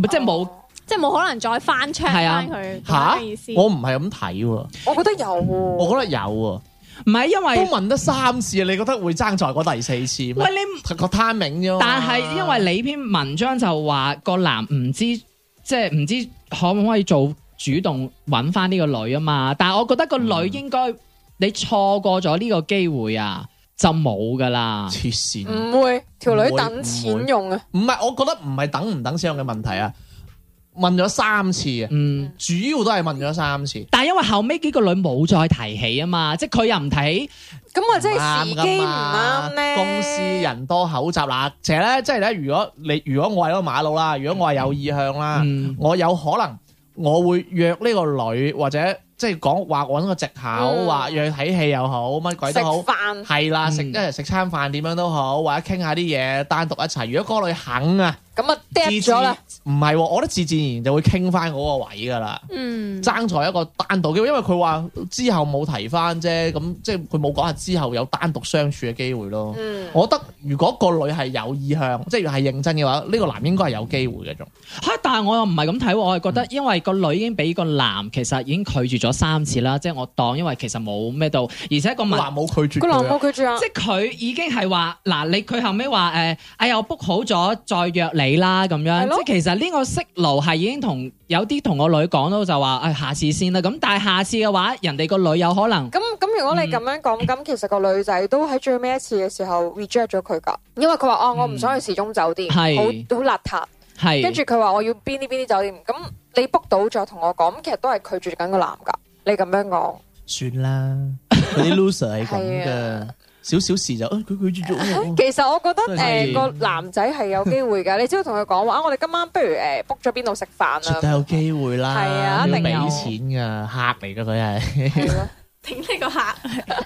S4: 即係冇。
S3: 即係冇可能再翻唱
S4: 係啊
S3: 翻佢
S1: 嚇
S3: 嘅意思。
S1: 我唔係咁睇喎，
S2: 我覺得有
S1: 我
S2: 喎，
S1: 覺得有喎，
S4: 唔係因為
S1: 都問得三次，你覺得會爭在嗰第四次咩
S4: 喂？你，
S1: 個 timing 啫嘛。
S4: 但係因為你篇文章就話個男唔知即係唔知可唔可以做主動揾翻呢個女啊嘛，但係我覺得個女應該、你錯過咗呢個機會啊，就冇噶啦。
S1: 黐線，
S2: 嗯唔會條女
S1: 唔會
S2: 等錢用啊，
S1: 唔係我覺得唔係等唔等先有嘅問題啊。問咗三次啊，
S4: 嗯。
S1: 主要都係問咗三次。
S4: 但係因為後尾幾個女冇再提起啊嘛，即係佢又唔提起，
S2: 咁啊，即係時
S1: 啱㗎
S2: 機唔
S1: 嘛
S2: 啱咧。
S1: 公司人多口雜啦，其實咧，即係咧，如果你如果我係嗰個馬路啦，如果我係有意向啦，
S4: 嗯
S1: 我有可能我會約呢個女或者即係講話揾個藉口，
S2: 嗯
S1: 話約去睇戲又好，乜鬼
S2: 食
S1: 都好。
S2: 飯
S1: 係啦，
S4: 嗯
S1: 食一齊食餐飯點樣都好，或者傾下啲嘢，單獨一齊。如果嗰個女肯啊，
S2: 咁啊，掉
S1: 自
S2: 咗啦。
S1: 自唔係喎，我覺得自自然然就會傾翻嗰個位㗎啦。
S3: 嗯，
S1: 爭在一個單獨機會，因為佢話之後冇提翻啫，咁即係佢冇講係之後有單獨相處嘅機會咯。
S2: 嗯，
S1: 我覺得如果個女係有意向，即係係認真嘅話，呢、個男應該係有機會嘅仲。
S4: 嚇！但係我又唔係咁睇喎，我係覺得因為個女已經俾個男其實已經拒絕咗三次啦，即係我當因為其實冇咩到，而且
S1: 個
S4: 個問
S1: 男冇拒絕
S2: 個
S1: 佢
S2: 男
S1: 啊，
S2: 冇拒絕啊
S4: 即。係佢已經係話嗱，你佢後尾話誒，哎呀，我 book 好咗，再約你啦咁樣。
S2: 係咯
S4: 即係其實呢個息路係已經同有啲同我女講到就話，誒、啊下次先啦。咁但係下次嘅話，人哋個女有可能
S2: 咁咁，如果你咁樣講，咁其實個女仔都喺最尾一次嘅時候 reject 咗佢㗎，因為佢話哦，我唔想去時鐘酒店，好好
S4: 係
S2: 邋遢。
S4: 係
S2: 跟住佢話我要邊啲邊啲酒店，咁你 book 到再同我講，咁其實都係拒絕緊個男㗎。你咁樣講，
S1: 算啦，佢啲 loser 係咁
S2: 係啊
S1: 嘅，少少事就，哎佢、拒絕
S2: *laughs*
S1: 咗我。
S2: 其實我覺得
S1: 真
S2: 誒
S1: 係
S2: 個男仔係有機會
S1: *laughs*
S2: 㗎，你只要同佢講話啊，我哋今晚不如誒 book 咗邊度食飯
S1: 絕對
S2: 啊，
S1: 有機會啦，
S2: 係啊一
S1: 要
S2: 定
S1: 俾
S2: 有
S1: 錢㗎，客嚟㗎佢 *laughs* 係，
S2: 係咯，
S3: 頂你個客，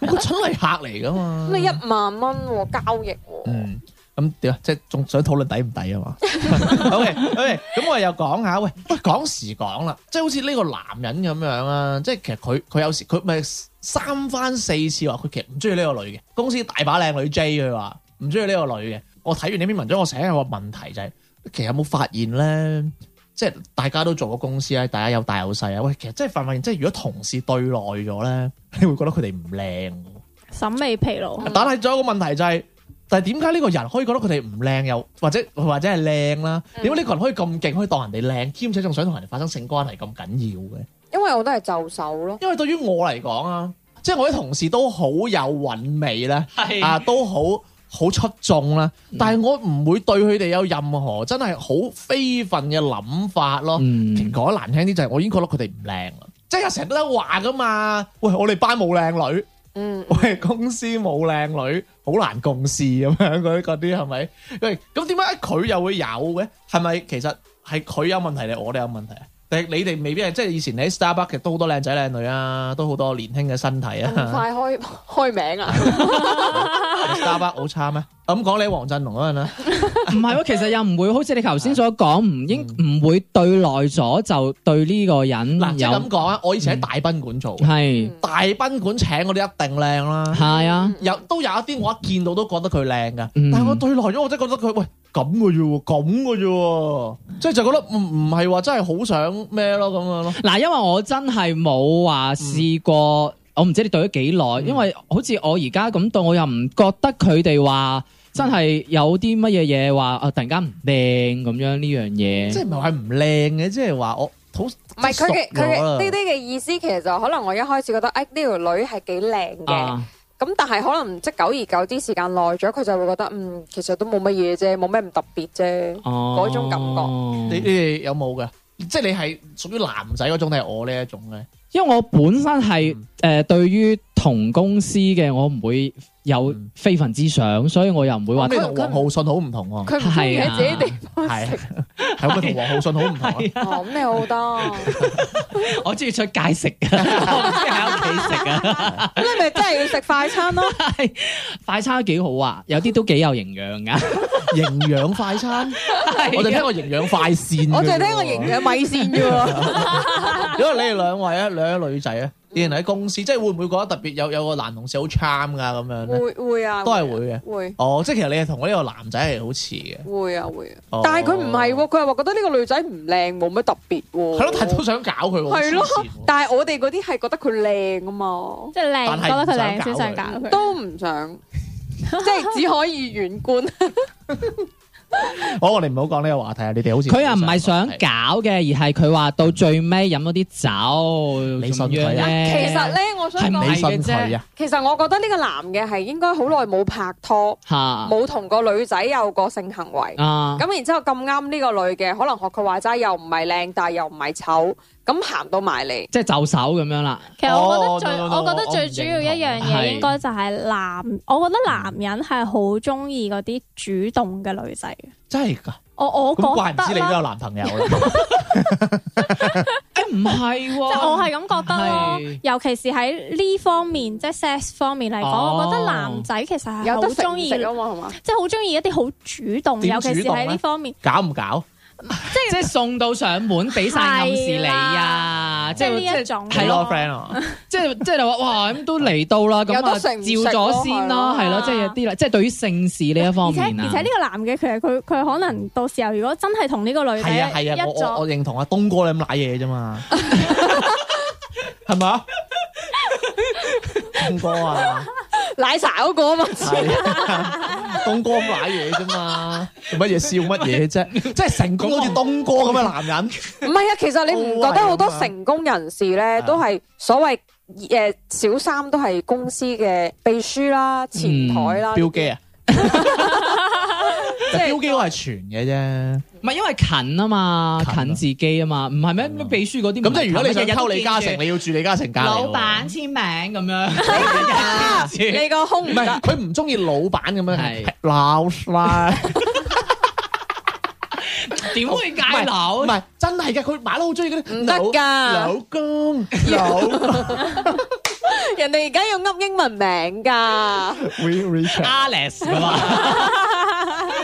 S1: 佢真係客嚟㗎嘛。
S2: 咁你一萬蚊喎交易喎，
S1: 嗯，咁點啊？即係仲想討論抵唔抵啊嘛 *laughs* ？OK OK，咁我又講下，喂喂，講時講啦，即係好似呢個男人咁樣啊，即係其實佢佢有時佢咪三番四次話佢其實唔中意呢個女嘅，公司大把靚女 J 佢話唔中意呢個女嘅。我睇完呢篇文章，我成日有個問題就係、其實有冇發現咧？即係大家都做過公司咧，大家有大有細啊。喂，其實真係發唔發現，即係如果同事對耐咗咧， *laughs* 你會覺得佢哋唔靚㗎喎。
S3: 審美疲勞。
S1: 但係仲有一個問題就係、但係點解呢個人可以覺得佢哋唔靚又或者或者係靚啦？
S4: 嗯
S1: 點解呢個人可以咁勁，可以當人哋靚，兼且仲想同人哋發生性關係咁緊要嘅？
S2: 因為我都係就手咯。
S1: 因為對於我嚟講啊，即係我啲同事都好有韻味啦，
S4: 係嗯
S1: 啊都好好出眾啦，但係我唔會對佢哋有任何真係好非分嘅諗法咯。
S2: *laughs*
S4: 嗯
S1: 講得難聽啲就係我已經覺得佢哋唔靚啦，即係成日都有話噶嘛。喂，我哋班冇靚女。
S2: 嗯，
S1: 喂，公司冇靚女，好難共事咁樣嗰啲嗰啲係咪？喂，咁點解佢又會有嘅？係咪其實係佢有問題定係我哋有問題啊？定係你哋未必係即係以前你喺 Starbucks 嘅都好多靚仔靚女啊，都好多年輕嘅身體
S2: 咁 *laughs*
S1: 啊。
S2: 快開開
S1: *laughs*
S2: 名啊！
S1: Starbucks 好差咩？咁講你喺黃振龍嗰陣啊啦，
S4: 唔係喎？其實又唔會好似你頭先所講，唔
S2: 嗯
S4: 應唔會對耐咗就對呢個人
S1: 嗱即係咁
S4: 有
S1: 講啊，我以前喺大賓館做嘅，
S4: 係
S1: 大賓館請我哋一定靚
S2: 嗯
S1: 啦，
S4: 係啊，
S1: 有都有一啲我一見到都覺得佢靚㗎，
S4: 嗯
S1: 但係我對耐咗我真係覺得佢喂咁嘅啫喎，咁嘅啫喎，即係就覺得唔唔係話真係好想咩咯咁樣咯。
S4: 嗱，因為我真係冇話試
S2: 嗯
S4: 過，我唔知你對咗幾耐，因為好似我而家咁對，我又唔覺得佢哋話真係有啲乜嘢嘢話啊，突然間唔靚咁樣呢樣
S1: 即
S4: 嘢。
S1: 係唔係話唔靚嘅，即係話我好
S2: 唔係佢嘅佢嘅呢啲
S1: 啲
S2: 嘅意思，其實就可能我一開始覺得，誒哎呢條女係幾靚嘅，
S4: 啊，
S2: 咁但係可能即係久而久之時間耐咗，佢就會覺得，嗯，其實都冇乜嘢啫，冇咩唔特別啫。
S4: 嗰
S2: 嗰種感覺
S4: 哦
S1: 你你哋有冇㗎？即係你係屬於男仔嗰種定係我呢一種咧？
S4: 因為我本身係誒、
S2: 嗯
S4: 呃、對於同公司嘅，我唔會有
S1: 嗯
S4: 非分之想，所以我又唔會話
S1: 咁你同黃浩信好唔同喎，
S2: 佢唔中意
S4: 係
S2: 喺
S4: 啊
S2: 自己地方
S1: 係
S2: 食，
S1: *laughs* 係咪同黃浩信好唔同啊？
S2: 哦，咁你好
S1: *laughs*
S2: 多，
S4: *laughs* 我中意出街食嘅， *laughs* 我唔中意喺屋企
S2: *laughs*
S4: 食啊。
S2: 咁你咪真係要食快餐
S1: *laughs*
S2: 咯。
S4: 快餐都幾好啊，有啲都幾有營養㗎。
S1: 營養快餐，我就聽過營養快線，
S2: 啊我就係聽過營養米線啫
S1: *laughs*
S2: 喎，
S1: 因為你哋兩位啊，兩位女仔啊，以前喺公司，即係會唔會覺得特別有有個男同事好 charm 噶咁樣咧？
S2: 會會啊，
S1: 都係會嘅。
S2: 會
S1: 哦，即係其實你係同呢個男仔係好似嘅。
S2: 會啊會啊
S1: 哦，
S2: 但係佢唔係喎，佢係話覺得呢個女仔唔靚，冇乜特別喎。
S1: 係咯，但係都想搞佢喎。
S2: 係咯
S1: 好黐線喎
S4: *laughs*
S2: 但係我哋嗰啲係覺得佢靚啊嘛，
S3: 即係
S1: 但
S3: 靚，
S1: 係
S3: 覺得佢
S1: 唔
S3: 靚先
S1: 想
S3: 想
S1: 搞
S3: 搞
S1: *laughs* 佢
S3: 佢。
S2: 都唔想，即係只可以遠觀。
S1: 好，哦我哋唔好講呢個話題啊！你哋好似
S4: 佢又唔係想
S1: 係
S4: 搞嘅，而係佢話到最尾飲咗啲酒，
S1: 你信
S4: 仲要
S1: 佢啊
S4: 呢
S2: 其實咧，我想
S4: 係咪
S2: 講，
S1: 你信佢啊？
S2: 其實我覺得呢個男嘅係應該好耐冇拍拖，
S1: 啊
S4: 嚇
S2: 冇同個女仔有過性行為。
S4: 啊，
S2: 咁然之後咁啱呢個女嘅，可能學佢話齋又唔係靚，但係又唔係醜，咁行到埋嚟，
S4: 即係就手咁
S3: *laughs*
S4: 樣啦。
S3: 其實
S1: 哦
S3: 我覺得最，
S1: no, no, no，
S3: 我覺得
S1: 我
S3: 最
S1: 唔
S3: 主
S1: 認
S3: 要一樣
S4: 同係
S3: 嘢應該就係男，我覺得男人係好中意嗰啲主動嘅女仔嘅。
S1: 真係㗎，
S3: 我我
S1: 咁怪
S3: 覺
S1: 唔知
S3: 得
S1: 你都有
S3: 啦，
S1: 男朋友啊啦。
S4: 誒唔係
S3: 即係我
S4: 喎，
S3: 係咁覺得咯
S4: 係。
S3: 尤其是喺呢方面，即係 sex 方面嚟講，
S4: 哦
S3: 我覺得男仔其實係
S2: 有
S3: 好
S2: 得食
S3: 中
S2: 唔
S3: 意，
S2: 食
S3: 即
S2: 啊嘛，係嘛？
S3: 係好中意一啲好主動，
S1: 點
S3: 尤其是
S1: 主動
S3: 喺
S1: 咧
S3: 呢方面。
S1: 搞唔搞？
S4: 即係送到上門，俾晒暗示你啊！
S3: 即係
S4: 係
S3: 呢一種
S4: 係
S1: 係
S4: 咯
S1: 咯，friend 啊，
S4: 即係即係話哇咁都嚟到啦，咁
S2: 有
S4: 啊
S2: 得食唔食
S4: 照咗先啦，
S2: 咯
S4: 係咯，即係有啲啦，即係對於性事呢一
S3: 而
S4: 方
S3: 且
S4: 面
S3: 啊而
S4: 啊
S3: 且呢，個男嘅，其實佢佢可能到時候如果真係同呢個女仔
S1: 係啊
S3: 一
S1: 係啊，我我
S3: 咗
S1: 我，認同啊，東哥你咁賴嘢啫嘛，係咪啊？東哥啊，
S2: 奶茶嗰個啊嘛，
S1: 係啊 *laughs* 東哥咁賴嘢啫
S4: 啊
S1: 嘛，做乜嘢笑乜嘢啫？ *laughs* 即係成功好似東哥咁嘅男人，
S2: 唔係啊，其實你唔覺得好多成功人士咧，都係所謂誒小三都係公司嘅秘書啦、前台啦，
S1: *laughs* 標機啊！
S2: 即係
S1: 標機我係傳嘅啫，
S4: 唔係因為近啊嘛，
S1: 近啊嗯
S4: 近自己啊嘛，唔係咩咩秘書嗰啲唔係近。
S1: 咁即係如果你想
S4: 日日都
S1: 溝李嘉
S4: 見
S1: 誠，
S4: 住
S1: 你要住李嘉誠隔離
S4: 老
S1: 喎
S4: 闆簽名咁樣，
S3: *laughs*
S1: *laughs*
S2: 你個胸
S1: 唔
S2: 唔
S1: 係
S2: 得，
S1: 佢唔中意老闆咁樣
S4: 係
S1: 係鬧啦， *laughs*
S4: 點會戒
S1: 唔
S4: 樓？
S1: 係真係嘅，佢馬佬好中意嗰啲
S2: 唔得㗎
S1: 老老公 *laughs* 老
S2: 人哋而家要噏英文名㗎。
S1: 會 Richard。
S4: Alex 噶嘛，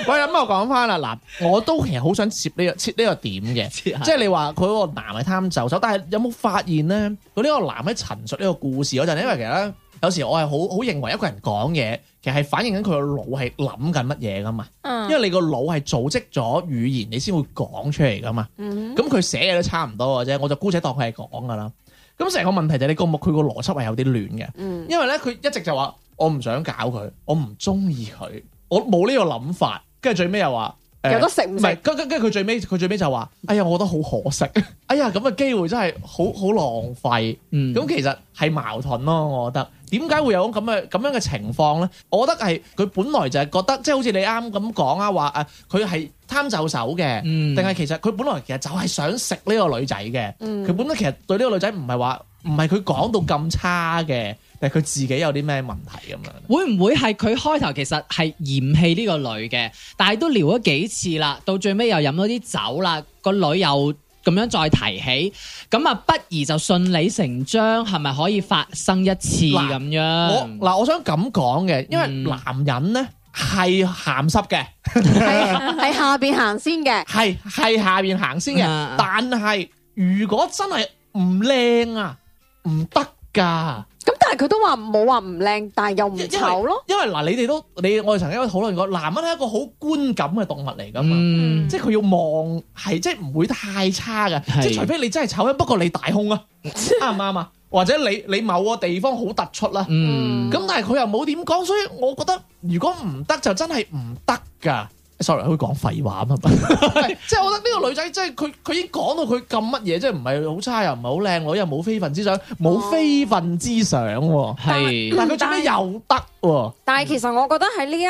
S1: 喂，咁我講翻啦，嗱，我都其實好想切呢個切呢個點嘅，
S4: *laughs* 即
S1: 即係你話佢嗰個男係貪就手，但係有冇發現咧？佢呢個男喺陳述呢個故事嗰陣，因為其實咧，有時我係好好認為一個人講嘢，其實係反映緊佢個腦係諗緊乜嘢噶嘛。
S3: 嗯
S1: 因為你個腦係組織咗語言，你先會講出嚟噶嘛。咁佢、寫嘢都差唔多嘅啫，我就姑且當佢係講噶啦。咁成個問題就係你個目佢個邏輯係有啲亂嘅，
S2: 嗯
S1: 因為咧佢一直就話我唔想搞佢，我唔中意佢，我冇呢個諗法。跟住最尾又話誒
S2: 有得食
S1: 唔
S2: 唔食
S1: 係，？跟跟跟住佢最尾佢最尾就話：哎呀，我覺得好可惜，哎呀咁嘅機會真係好好浪費。
S4: 嗯
S1: 咁其實係矛盾咯，我覺得點解會有咁嘅咁樣嘅情況咧？我覺得係佢本來就係覺得，即係好似你啱咁講啊，話啊佢係貪就手嘅，
S4: 嗯
S1: 定係、其實佢本來其實就係想食呢個女仔嘅。佢、
S2: 嗯
S1: 本來其實對呢個女仔唔係話唔係佢講到咁差嘅，但係佢自己有啲咩問題咁樣。
S4: 會唔會係佢開頭其實係嫌棄呢個女嘅，但係都聊咗幾次啦，到最尾又飲咗啲酒啦，個女又咁樣再提起，咁啊不如就順理成章，係咪可以發生一次
S1: 嗱
S4: 咁
S1: 我
S4: 樣？
S1: 嗱，我想咁講嘅，因為
S4: 嗯
S1: 男人咧係鹹濕嘅。
S2: 喺喺下邊行先嘅，
S1: 係係下面行先嘅，
S4: 啊
S1: 但係如果真係唔靚啊，唔得噶。
S2: 咁但係佢都話冇話唔靚，但係又唔醜咯。
S1: 因為嗱，你哋都你我哋曾經有討論過，男人係一個好觀感嘅動物嚟噶嘛。
S4: 嗯，
S1: 即係佢要望，係即係唔會太差嘅，
S4: 係
S1: 即係除非你真係醜不過你大胸
S4: *laughs*
S1: 啊，啱唔啱啊？或者你你某個地方好突出啦，
S4: 嗯，
S1: 咁但係佢又冇點講，所以我覺得如果唔得就真係唔得㗎。sorry，佢講廢話啊
S2: *laughs*
S1: 嘛，即係我覺得呢個女仔即係佢佢已經講到佢咁乜嘢，即係唔係好差又唔係好靚女，又冇非分之想，
S2: 哦
S1: 冇非分之想喎。
S4: 係
S1: 但係佢最尾又得喎，
S2: 但係其實我覺得喺呢一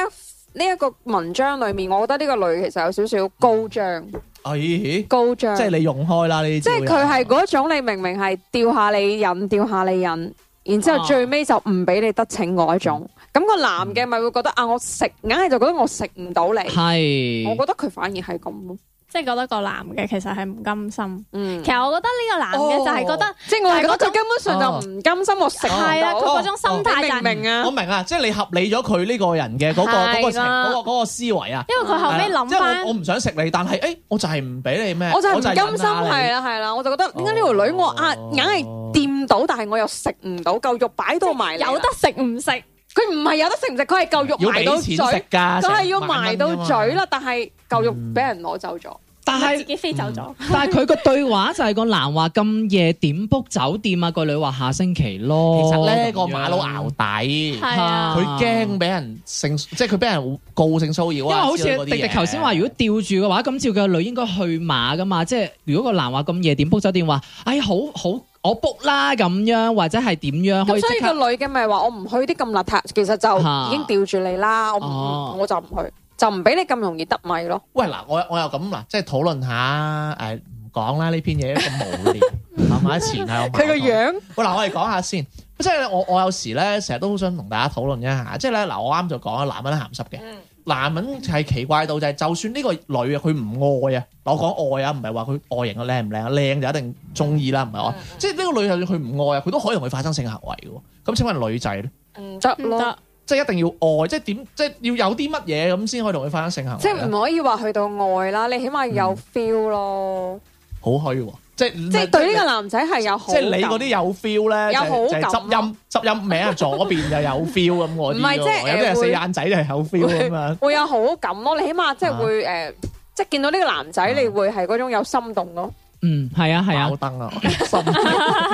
S2: 呢一個文章裡面，我覺得呢個女其實有少少高漲，
S1: 咦？
S2: 高漲。
S1: 嗯哎即係你用開啦呢啲
S2: 即
S1: 招
S2: 係
S1: 人，
S2: 佢係嗰種你明明係吊下你癮，吊下你癮，然之
S1: 啊
S2: 後最尾就唔俾你得逞嗰一種。
S1: 嗯
S2: 咁個男嘅咪會覺得啊，我食硬係就覺得我食唔到你。
S4: 係，
S2: 我覺得佢反而係咁咯。
S3: 即係覺得個男嘅其實係唔甘心。
S2: 嗯
S3: 其，實我覺得呢個男嘅就係覺得
S2: 即係我係覺
S3: 但係嗰
S2: 得
S3: 種
S2: 佢根本上就唔甘心我哦食唔
S1: 哦
S2: 到。
S3: 係啊啦，佢嗰種心態就
S2: 你
S3: 係
S2: 明唔明啊
S1: 我？明啊，即係你合理咗佢呢個人嘅嗰個嗰個
S2: 係啊
S1: 情
S2: 啦
S1: 嗰個嗰個思維啊。
S3: 因為佢後尾諗
S1: 即係我
S3: 翻
S1: 我，唔想食你，但係誒，我就係唔俾你咩，
S2: 我就係唔甘
S1: 忍啊
S2: 心，
S1: 下你
S2: 係啊啦係啦，我就覺得點解呢條女我啊
S1: 哦
S2: 硬係掂到，但係我又食唔到，嚿肉擺到埋嚟啦
S3: 有得食唔食，
S2: 佢唔係有得食唔食，佢係嚿肉
S1: 要
S2: 埋
S1: 俾
S2: 到
S1: 錢
S2: 嘴，
S1: 食
S2: 佢
S1: 㗎，
S2: 係要
S1: 成萬
S2: 埋
S1: 蚊
S2: 到
S1: 㗎嘛嗯
S2: 嘴。啦，但係嚿肉俾人攞走咗。
S4: 但但
S3: 咪自
S4: 係
S3: 己飛走咗。
S4: *laughs* 但係佢個對話就係個男話咁夜點 book 酒店啊，個女話下星期咯。
S1: 其實咧個
S4: 咁樣
S1: 馬佬熬底，
S3: 係啊
S1: 佢驚俾人性，即係佢俾人告性騷擾
S4: 因為
S1: 啊。
S4: 好似
S1: 之類嗰啲
S4: 迪迪
S1: 嘢
S4: 頭先話，如果吊住嘅話，咁照佢個女應該去馬噶嘛。即係如果個男話咁夜點 book 酒店，話哎好好我 book 啦咁樣，或者係點樣可
S2: 咁
S4: 以
S2: 所
S4: 即
S2: 以個
S4: 刻
S2: 女嘅咪話我唔去啲咁邋遢，其實就
S4: 啊
S2: 已經吊住你啦，我
S4: 哦
S2: 唔我就唔去，就唔俾你咁容易得米咯。
S1: 喂嗱，我我又咁嗱，即係討論下誒，唔講啦，呢篇嘢咁無聊，係咪前係我
S2: 佢個
S1: 矛盾
S2: 樣
S1: 喂，嗱，我哋講下先，即係我我有時咧，成日都好想同大家討論一下，即係咧嗱，我啱就講啦，男人鹹濕嘅，
S2: 嗯
S1: 男人係奇怪到就係，就算呢個女啊，佢唔愛啊，嗱我講愛啊，唔係話佢外形啊靚唔靚啊，靚就一定中意啦，唔係話，
S2: 嗯
S1: 即係呢個女就算佢唔愛啊，佢都可以同佢發生性行為嘅喎。咁請問女仔咧，
S2: 唔得
S3: 唔
S2: 咯，
S3: 得，
S1: 即係一定要哦愛，即係點，即係要有啲乜嘢咁先可以同佢發生性行
S2: 即
S1: 為啊
S2: 係
S1: 呢？
S2: 唔可以話去到愛啦，你起碼有 feel 咯，
S1: 好虛喎，即嗯係
S2: 即係對呢個男仔係有好
S1: 即係你嗰啲
S2: 感
S1: 有 feel
S2: 有
S1: 咧，就係
S2: 好
S1: 就係
S2: 感
S1: 執音執音名啊，左邊就有 feel 咁嗰啲
S2: 唔係即係
S1: 喎有啲係
S2: 誒
S1: 四
S2: 會
S1: 眼仔就係有 feel 咁樣。
S2: 會有好感咯，你起碼即
S1: 啊
S2: 係會誒，即係見到呢個男仔，你會係嗰種有心動咯。
S4: 嗯係啊係
S1: *laughs*
S4: 啊
S1: 爆，燈啊！心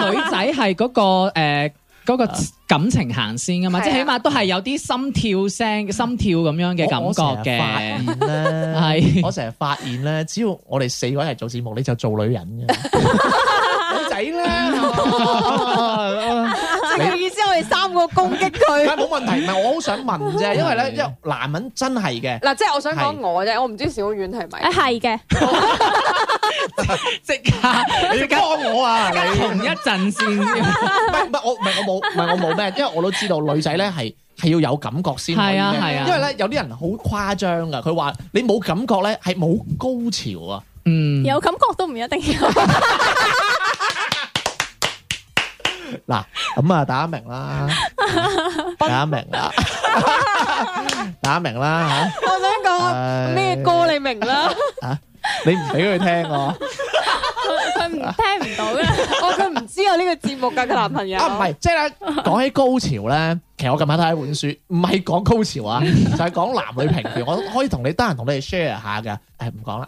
S4: 女仔係嗰個誒嗰
S1: 啊
S4: 個感情行先啊嘛，
S2: 係啊
S4: 即係起碼都係有啲心跳聲、心跳咁樣嘅
S1: 我我
S4: 感
S1: 成
S4: 覺
S1: 日發
S4: 嘅。
S1: 現咧，
S4: 係
S1: 我成日發現咧，只要我哋四個人做節目，你就做女人嘅。女仔
S2: *laughs*
S1: 咧，
S2: 即係 *laughs* 意思，我哋三個攻擊佢
S1: 但係冇問題。唔係我好想問啫，因為咧，因為男人真係嘅，
S2: *laughs* 嗱，即係我想
S1: 係
S2: 講我啫，我唔知小遠係咪
S3: 誒。係嘅，
S4: 即刻
S1: 你幫我啊！你
S4: *laughs* 同一陣
S1: *laughs*
S4: 線先。 *laughs*
S1: 唔係唔係我唔係我冇唔係我冇咩，因為我都知道女仔咧係係要有感覺先可以
S4: 係啊
S1: 咩
S4: 係啊
S1: 因為咧有啲人好誇張噶，佢話你冇感覺咧係冇高潮啊，
S4: 嗯，
S3: 有感覺都唔一定
S2: *laughs*
S3: 有。
S1: 嗱咁啊大家明啦，
S4: *laughs*
S1: 大家明啦，大家明啦
S2: *laughs* 我想講
S4: *laughs*
S1: 吓，
S2: 咩歌你 *laughs* 明啦？
S1: 你唔俾佢聽我
S3: 佢佢唔聽唔到
S2: *laughs*
S3: 嘅，
S2: 哦，佢唔知有呢個節目㗎，佢男朋友。
S1: 啊？唔係，即係
S2: *laughs*
S1: 咧講起高潮咧，其實我近排睇一本書，唔係講高
S2: *laughs*
S1: 潮啊，就係講男女平權，我可以同你得閒同你哋 share 下噶，誒唔
S2: *laughs*
S1: 講啦，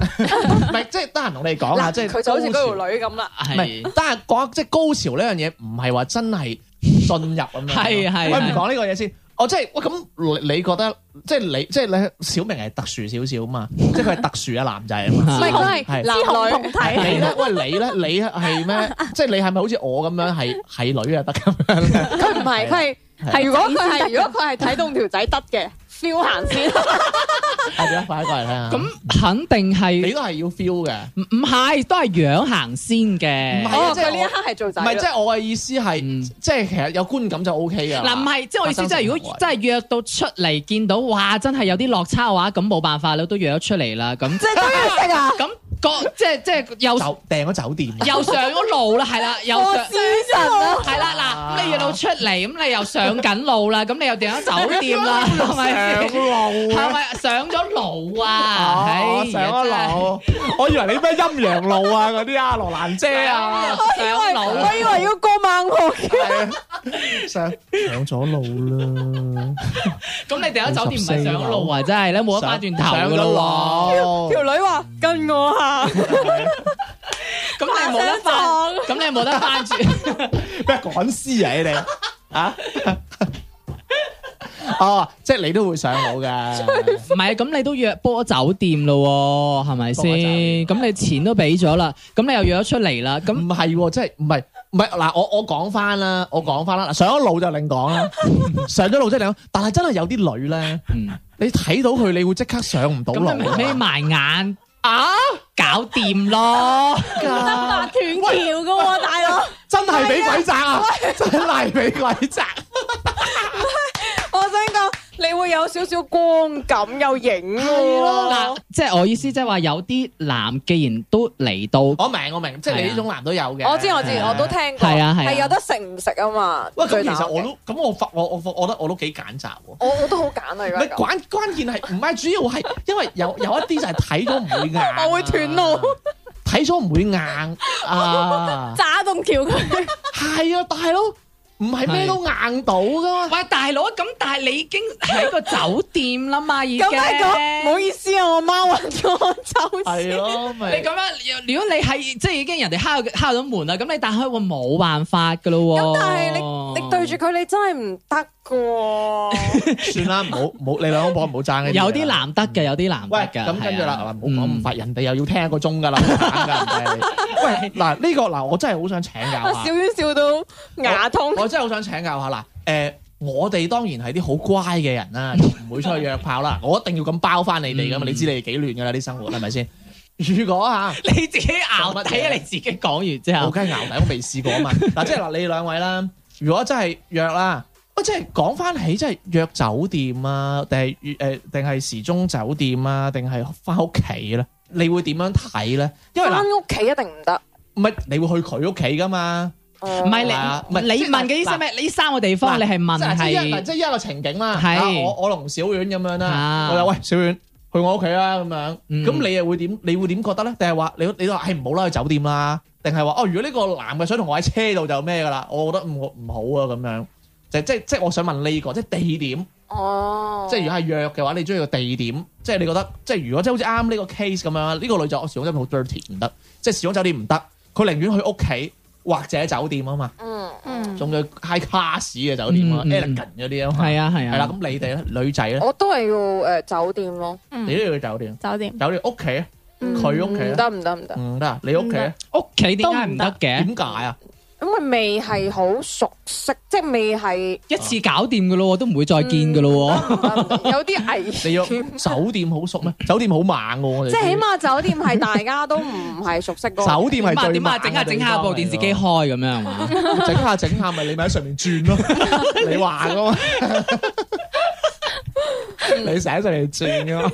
S1: 唔係即係得閒同你哋講下，
S2: 嗱，
S1: 即係
S2: 佢就好似
S1: 高潮
S2: 嗰條女咁啦。
S1: 唔係，但係講即係高潮呢樣嘢，唔係話真係進入咁樣。
S4: 係係
S1: 我唔
S4: 係
S1: 講呢個嘢先。我即係喂咁，你你覺得即係你即係你小明係特殊少少
S2: *laughs*
S1: 嘛？即係佢係特殊嘅男仔啊嘛。
S2: 唔係佢
S1: 係
S2: 係
S3: 雌雄
S2: 男
S3: 同
S2: 女。
S1: 你
S3: 體。
S1: 咧，喂你咧，你係咩？即係你係咪好似我咁樣係係女啊得咁樣呢？
S2: 佢唔係，佢係係如果佢係如果佢係睇到條仔得嘅，feel 行先。
S1: 係點啊？快啲過嚟睇下。
S4: 咁肯定
S1: 你
S4: 係
S1: 都係要 feel 嘅，
S4: 唔唔係都係樣行先
S1: 唔
S4: 嘅。
S1: 係啊
S2: 哦，
S1: 即係
S2: 佢
S1: 我
S2: 呢一刻係做
S1: 唔
S2: 仔啦。
S1: 係即係我嘅意思係，
S4: 嗯
S1: 即係其實有觀感就 O K 㗎。
S4: 嗱，唔係，即係我意思，即係如果真係約到出嚟，見到哇，真係有啲落差嘅話，咁冇辦法啦，都約咗出嚟啦，
S2: *laughs*
S4: 咁
S2: 即係都要食啊！
S4: 咁個即係即係又
S1: 酒訂咗酒店啊，
S4: 又上咗路
S2: *laughs*
S4: 啦，係啦，
S2: *laughs*
S4: 又
S2: 我
S4: 上
S2: 死。神啊！
S4: 系啦，嗱，咁你約到出嚟，咁你又上緊路啦，咁你又訂咗
S2: *laughs*
S4: 酒店啦，係咪？
S1: 路啊
S4: 係咪上咗路啊？
S1: 哦
S4: 唉，
S1: 上咗路，我以為你咩陰陽路啊嗰啲啊，羅蘭姐
S4: 真係
S1: 啊，
S4: 上路
S2: 我以為要過孟婆橋。
S1: 上上咗路啦，
S4: 咁你訂咗酒店唔係上咗路啊？真係咧，冇得翻轉頭噶咯
S2: *laughs*
S1: 咯
S2: 條女話跟我啊下，
S4: 喎。咁你冇得翻，
S2: 上
S4: 咁你冇得翻轉。
S1: 喎，咩趕屍啊你
S4: *laughs*
S1: 哋啊？哦，即係你都會上路
S4: *laughs*
S1: 㗎，
S4: 唔係，咁你都約波酒店咯喎，係咪先？
S5: 啊
S4: 咁你錢都俾咗啦，咁你又約咗出嚟啦，咁
S1: 唔係喎，即係唔係唔係嗱？我我講翻啦，我講翻啦，嗱上咗路就另講 *laughs* 啦，上咗路即係另講，但係真係有啲女咧，
S4: 嗯
S1: 你睇到佢你會即刻上唔到路
S4: 咁
S1: 㗎。
S4: 你眯
S5: 啊
S4: 埋眼啊，搞掂咯。
S3: 話斷橋噶喎，大佬，
S1: 真係俾鬼砸啊！真係俾鬼啊砸，
S2: 我想講你會有少少光感，有影
S4: 嗱
S2: 喎。，
S4: 即係我意思，即係話有啲男既然都嚟到，
S1: 我明我明，即係你呢啊種男都有嘅。
S2: 我知我知，我都聽過。
S4: 係啊係啊
S2: 係有得食唔食啊嘛？
S1: 喂，咁
S2: 最
S1: 其
S2: 大
S1: 實我
S2: 嘅
S1: 都咁我發我我我覺得我都幾揀擇喎。
S2: 我我都好揀啊，
S1: 唔
S2: 如果
S1: 係
S2: 係咁。
S1: 關關鍵係唔係主要係 *laughs* 因為有有一啲就係睇咗唔會硬
S2: *laughs*
S1: 啊，
S2: 我會斷路
S1: 睇咗唔會硬
S3: *laughs*
S1: 啊，
S3: 炸棟橋佢，
S2: *laughs*
S1: 係啊，大佬唔唔係咩都硬到噶嘛。
S4: 喂，大佬，咁但係你已經喺個酒店啦嘛，已經。
S5: 咁咪講，唔好意思啊，我媽揾咗我走
S1: 係 *laughs*
S5: 先。
S1: 咯，
S4: 你
S1: 咪
S4: 咁樣，如如果你係即係已經人哋敲敲咗門啦，咁你打開喎冇辦法噶咯喎。
S5: 咁但係你你對住佢，你真係唔得
S4: *laughs*
S5: 噶。
S1: 算啦， *laughs* 唔好唔好，你兩公婆唔好爭嘅。
S4: 有啲。難得嘅，有啲難得
S1: 嗯喂，
S4: 㗎。
S1: 咁跟住啦，
S4: 係啊
S1: 嗱唔好講咁快，人哋又要聽一個鐘㗎啦，好慘
S4: *laughs*
S1: 㗎人哋喂，嗱呢個嗱，我真係好想請教下
S5: 小。丸笑到牙痛。
S1: 我真係好想請教下嗱，誒、我哋當然係啲好乖嘅人 *laughs* 啦，唔會出去約炮啦。我一定要咁包翻你哋噶嘛，
S4: 嗯
S1: 你知你哋幾亂噶啦啲生活係咪先？如果啊嚇，
S4: 嗯 *laughs* 你自己咬底啊！你自己講完之
S1: 我
S4: 後，
S1: 梗係牛底，我未試過啊嘛。嗱，即係嗱，你兩位啦，如果真係約啦，我真係講翻起，真係約酒店啊，定係誒，定係時鐘酒店啊，定係翻屋企咧？你會點樣睇咧？因為
S2: 翻
S1: 嗱，
S2: 屋企一定唔得。哦
S1: 唔係你會去佢屋企噶嘛？
S4: 唔係
S1: 係啊唔
S4: 你
S1: 係
S4: 你
S1: 即係
S4: 問嘅意思
S1: 嗱
S4: 咩？呢三個地方啊你係問
S1: 即係一嗱，
S4: 係
S1: 即係一個情景啦。
S4: 係
S1: 啊我我同小婉咁樣啦，
S4: 啊
S1: 我就喂小婉去我屋企啦咁樣。
S4: 嗯
S1: 咁你又會點？你會點覺得咧？定係話你你話哎係唔好啦，去酒店啦？定係話哦？如果呢個男嘅想同我喺車度就咩噶啦？我覺得唔唔好啊咁樣。就即即我想問呢個，即係地點，
S2: 哦，
S1: 即係如果係約嘅話，你中意個地點，即係你覺得即係如果即係好似啱呢個 case 咁樣，呢個女仔哦我時鐘酒店好 dirty 唔得，即係時鐘酒店唔得，佢寧願去屋企或者酒店啊嘛，
S2: 嗯
S3: 嗯，
S1: 仲要 high class 嘅酒店啊
S4: 嗯嗯嗯
S1: ，elegant 嗰啲啊嘛。
S4: 係啊係
S1: 係啦，
S4: 啊
S1: 咁，你哋咧，女仔咧，
S2: 我都係要诶酒店咯，
S1: 你都要去酒店，
S3: 酒店
S1: 酒店屋企咧，
S3: 嗯
S1: 佢屋
S2: 唔
S1: 企咧
S2: 得唔得唔得，
S1: 唔得啊，你屋企咧，
S4: 屋企點解唔得嘅？
S1: 點解啊？
S2: 因為未係好熟悉，即係未係
S4: 一次搞掂噶咯喎，都唔會再見噶
S1: 嗯
S4: 咯 *laughs* 喎。
S2: 唔得唔得有啲危
S1: *laughs* 你要
S2: 險。
S1: 酒店好熟咩？酒店好猛嘅，我哋
S2: 即係起碼酒店係大家都唔係熟悉嗰個
S1: 酒店係
S4: 點啊
S1: 最
S4: 點
S1: 猛
S4: 啊，
S1: 嘅
S4: 整下整下部電視機開咁樣
S1: *laughs*
S4: 係嘛？
S1: 整下整下，咪你咪喺上面轉咯，你話噶嘛？你成日喺上面轉噶嘛？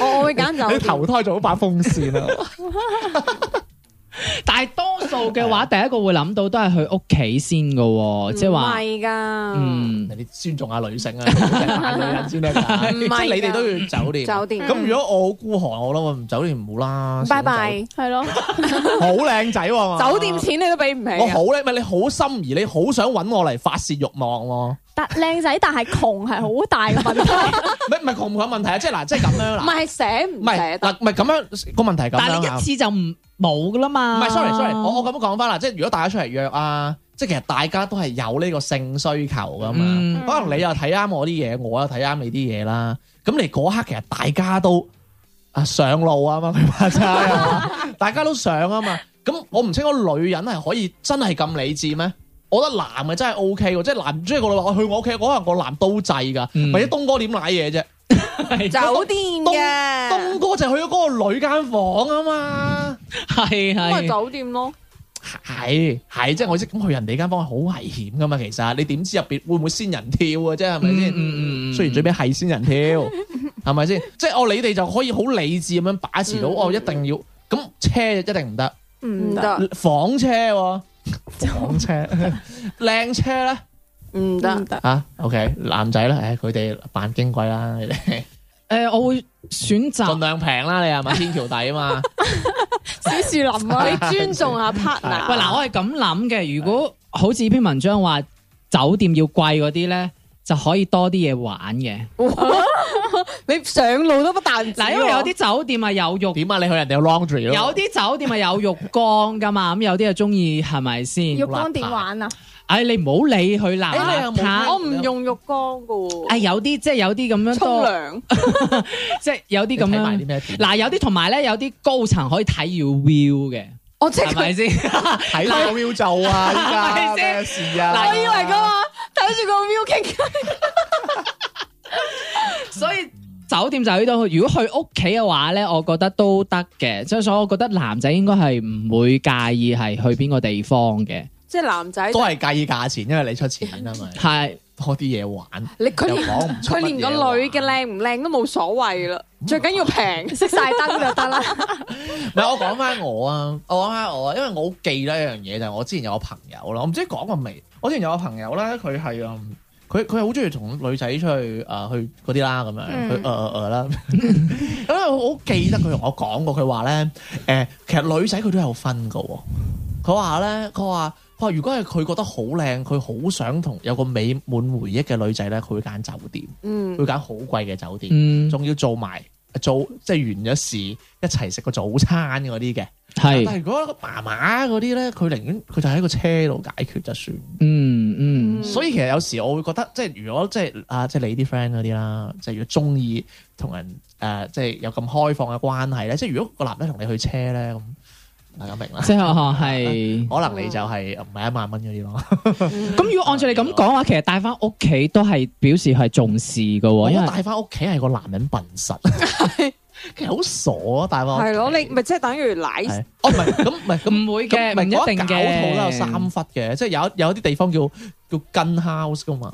S2: 我我會揀酒
S1: 你
S2: 店。
S1: 投胎做咗把風扇啊！
S4: 但係多數嘅話，第一個會諗到都係去屋企先噶喎，即係
S2: 唔
S4: 話
S2: 係啊㗎，
S4: 嗯
S1: 你尊重下女性啊，大女人先得㗎，
S2: 唔係
S1: 即
S2: 㗎
S1: 係你哋都要酒店。
S2: 酒店
S1: 咁如果我好孤寒，我諗我唔酒店唔好啦，
S2: 拜拜，
S3: 係咯，
S1: 好靚仔喎，
S2: 酒店錢你都俾唔起
S1: 我
S2: 啊
S1: 好！咧，唔係你好心儀，你好想揾我嚟發泄慾望喎。唔
S3: 但靚仔但係窮係好大嘅問題，
S1: 係唔係窮唔窮問題啊，即係嗱，即係咁樣
S2: 唔
S1: 啦，
S2: 係寫唔
S1: 唔
S2: 寫得？
S1: 係嗱，唔係咁樣個問題係咁
S4: 但係
S1: 樣
S4: 你
S1: 啊。
S4: 一次就唔冇噶啦
S1: 唔
S4: 嘛。
S1: 係，sorry sorry，我我咁樣啊講翻啦，即係如果大家出嚟約啊，即係其實大家都係有呢個性需求噶嘛。
S4: 嗯
S1: 可能你又睇啱我啲嘢，我又睇啱你啲嘢啦。咁你嗰刻其實大家都啊上路啊嘛， *laughs* 佢話齋啊嘛，大家都上啊嘛。咁我唔清楚女人係可以真係咁理智咩？我覺得男嘅真係 O K 喎，即係男即係個女話我去我屋企，可能個男都制㗎，
S4: 嗯
S1: 或者東哥點舐嘢啫？
S5: 酒店
S1: 東
S5: 嘅，
S1: 哥就去咗嗰個女間房啊嘛，
S4: 係
S1: 啊
S2: 咁咪
S4: 係。
S2: 酒店咯，
S1: 係係即係我意思咁去人哋間房係好危險㗎嘛，其實你點知入邊會唔會仙人跳啊？啫係咪先？
S4: 嗯嗯嗯
S1: 雖然最尾係仙人跳，係咪先？即係我你哋就可以好理智咁樣把持到，
S2: 嗯嗯
S1: 哦一定要咁車一定唔得。
S2: 唔
S3: 唔得，
S2: 得
S1: 房車喎，房車， *laughs* 靚車咧
S2: 唔
S3: 唔
S2: 得，
S3: 得，
S1: 啊，OK，男仔咧，唉，佢哋扮矜貴啦，你哋
S4: 誒，呃我會
S1: 盡
S4: 選擇
S1: 量平啦，你係咪天橋底啊嘛？
S3: 小樹林啊，
S2: 你尊重下 partner。
S4: 喂嗱，我係咁諗嘅。如果好似篇文章話酒店要貴嗰啲咧，就可以多啲嘢玩嘅。
S2: 你上路都不但止喎
S4: 嗱，因為有啲酒店啊有浴，
S1: 點啊？你去人哋有 laundry 咯，
S4: 有啲酒店啊有浴缸噶嘛，咁有啲啊中意係咪先
S3: 浴？缸點玩啊？
S4: 唉，你唔好理佢啦。
S1: 哎你又冇
S4: 攤
S2: 我唔用浴缸噶
S4: 唉，
S2: 喎，
S4: 有啲即係有啲咁樣
S2: 沖
S4: 多，
S2: 涼
S4: 即係有
S1: 你
S4: 啲
S1: 睇
S4: 咁
S1: 埋
S4: 樣
S1: 啲。咩片？
S4: 嗱，有啲同埋咧，有啲高層可以睇要 view 嘅，
S2: 我即
S4: 係
S2: 係
S1: *laughs*
S4: 咪先？ *laughs*
S1: 睇到個 view 就啊，依家
S4: 係咪先
S1: 咩事啊？
S4: 嗱
S2: 我以為噶嘛，睇住個 view 傾偈
S4: 所以酒店就喺度。如果去屋企嘅話咧，我覺得都得嘅。即係所以，我覺得男仔應該係唔會介意係去邊個地方嘅。
S2: 即係 *laughs* 男仔
S1: 都，係計價錢，因為你出錢啊嘛，
S4: 係
S1: 多啲嘢玩，
S2: 你佢
S1: 又
S2: 連
S1: 講唔出啊
S2: 佢連個女嘅
S1: 靚。
S2: 靚唔靚都冇所謂啦，
S1: 嗯
S2: 最緊要平。
S3: 熄晒燈就得啦，
S1: 唔係我講翻我啊，我講翻我啊，因為我好記得一樣嘢就係我之前有個朋友啦，我唔知講過未。我之前有個朋友咧，佢係啊，嗯佢佢好中意同女仔出去啊、去嗰啲啦咁樣，佢誒呃
S3: 嗯
S1: 誒誒啦。咁咧我好記得佢同我講過，佢話咧誒，其實女仔佢都有分噶喎。佢話咧，佢話哇！如果係佢覺得好靚，佢好想同有個美滿回憶嘅女仔咧，佢會揀酒店，
S2: 嗯
S1: 佢，會揀好貴嘅酒店，
S4: 嗯，
S1: 仲要做埋做即係完咗事一齊食個早餐嗰啲嘅。但
S4: 係，
S1: 係如果麻麻嗰啲咧，佢寧願佢就喺個車度解決就算。
S4: 嗯嗯，
S1: 所以其實有時我會覺得，即係如果即係啊，即係你啲 friend 嗰啲啦，即係如果中意同人誒、呃即係有咁開放嘅關係咧，即係如果個男仔同你去車咧，咁大家明啦。
S4: 即係哦係。
S1: 可能你就係嗯唔係一萬蚊嗰啲咯。
S4: 咁如果按照你咁講嘅話，其實帶翻屋企都係表示係重視嘅
S1: 我
S4: 喎，
S1: 覺
S4: 因
S1: 得
S4: 為
S1: 帶翻屋企係個男人笨
S4: *laughs*
S1: 實，其實好傻啊！帶翻屋企
S2: 係咯，你咪即係等於奶
S1: 係哦唔係咁唔係咁
S4: 唔會
S1: 咁
S4: 嘅，唔
S1: 係
S4: 一定
S1: 搞
S4: 嘅。
S1: 套都有三忽嘅，即係有有啲地方叫叫跟 house 噶嘛，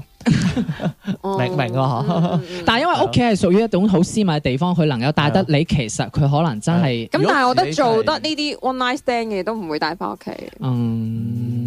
S2: 哦
S1: 明唔明啊？
S4: 但係因為屋企係屬於一種好私密嘅地方，佢能夠帶得你，其實佢可能真係
S2: 咁但係我覺得做得
S1: 呢
S2: 呢啲 one night stand 嘅都唔會帶翻屋企。
S4: 嗯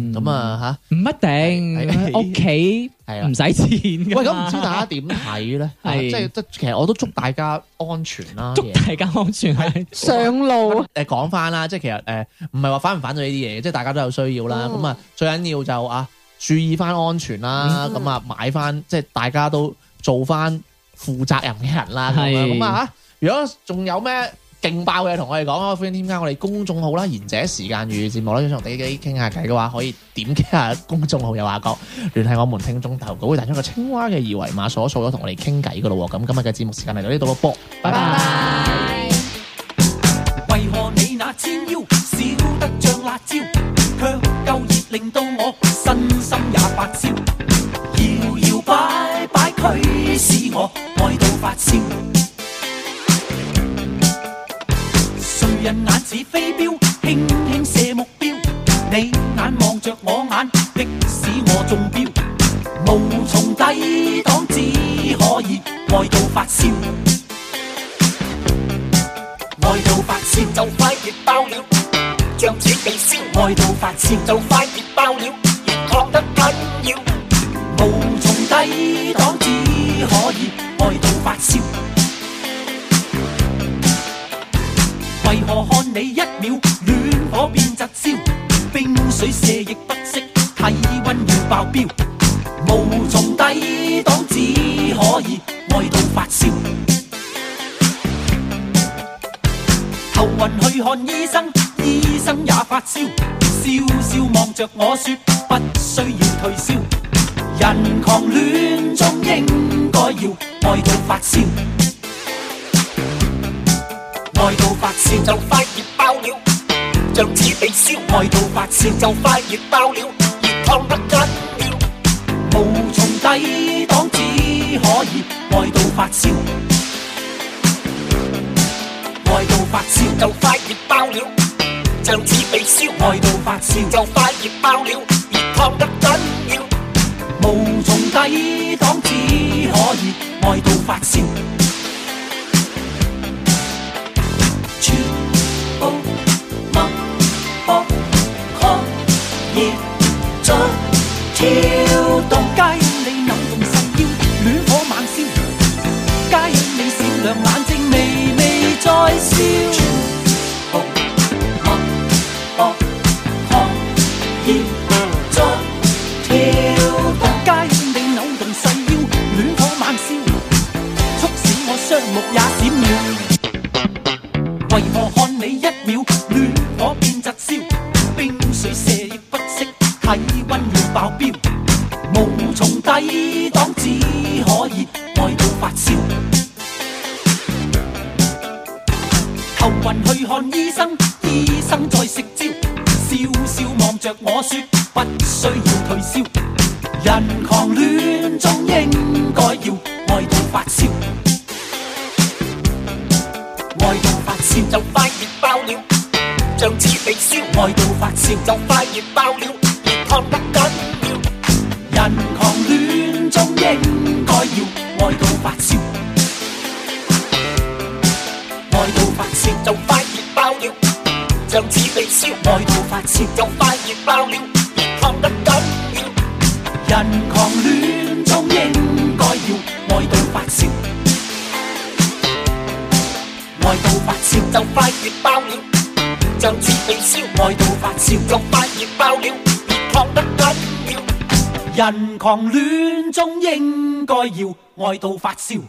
S1: *laughs* 咁，啊
S4: 唔一定
S1: 係
S4: 屋企
S1: 吓係
S4: 唔
S1: 啦
S4: 使。錢㗎嘛
S1: 喂，咁唔知大家點
S4: *laughs*
S1: 睇咧？啊
S4: 係
S1: 即係即其實我都祝大家安全啦。
S4: 祝大家安全係
S2: 上路啊
S1: 誒講翻啦，即係其實誒唔係話反唔反對呢啲嘢，即係大家都有需要啦。
S2: 嗯
S1: 咁啊、最緊要就啊注意翻安全啦，
S2: 嗯
S1: 咁啊、買翻即係大家都做翻負責任嘅人啦。咁樣
S4: 係
S1: 咁啊嚇，如果仲有咩勁爆嘅同我哋講啊，歡迎添加我哋公眾號啦，賢者時間與節目啦，想同你哋傾下偈嘅話，可以點擊下公眾號右下角聯繫我們聽眾投稿，會彈出個青蛙嘅二維碼掃一掃咗，同我哋傾偈噶咯喎。咁今日嘅節目時間嚟到呢度咯，噃，拜拜。
S5: 為何你那纤腰笑得像辣椒，卻夠熱令到我身心也發燒。搖搖擺擺，驅使我愛到發燒。誰人眼似飛鏢，輕輕射目標。你眼望着我眼，迫使我中標。無從抵擋，只可以愛到發燒。愛到發燒就快熱爆了，像似被燒。愛到發燒就快熱爆了，熱燙得緊要，無從抵擋，只可以愛到發燒。為何看你一秒暖火變窒燒？冰水瀉亦不息，體温要爆表，無從抵擋，只可以愛到發燒。頭暈去看醫生，醫生也發燒，笑笑望着我說不需要退燒。人狂亂中應該要愛到發燒，愛到發燒就快熱爆了，像似被燒。愛到發燒就快熱爆了，熱燙得緊要，無從抵擋，只可以愛到發燒。愛到發燒就快熱爆了，像似被燒。愛到發燒就快熱爆了，熱燙得緊要，無從抵擋，只可以愛到發燒。全部脈搏狂熱在跳動，皆因你扭動細腰，戀火猛燒。皆因你善良眼睛微微在笑。全部默默看現在跳動，皆因你扭動細腰，戀火猛燒，促使我雙目也閃耀。為何看你一秒亂火變窒燒？冰水射亦不息，體温要爆表，無從抵擋，只可以愛到發燒。頭暈去看醫生，醫生再食蕉，笑笑望着我說不需要退燒。人狂亂中應該要愛到發燒。愛到發燒就快熱爆了，像似被燒。愛到發燒就快熱爆了，熱燙得緊要。人狂亂中應該要愛到發燒，愛到發燒就快熱爆了，像似被燒。愛到發燒就快熱爆了，熱燙得緊要。人狂亂中應該要愛到發燒。愛到發燒就快熱爆了，像似被燒。愛到發燒就快熱爆了，熱燙得人狂戀中應該要愛到發燒。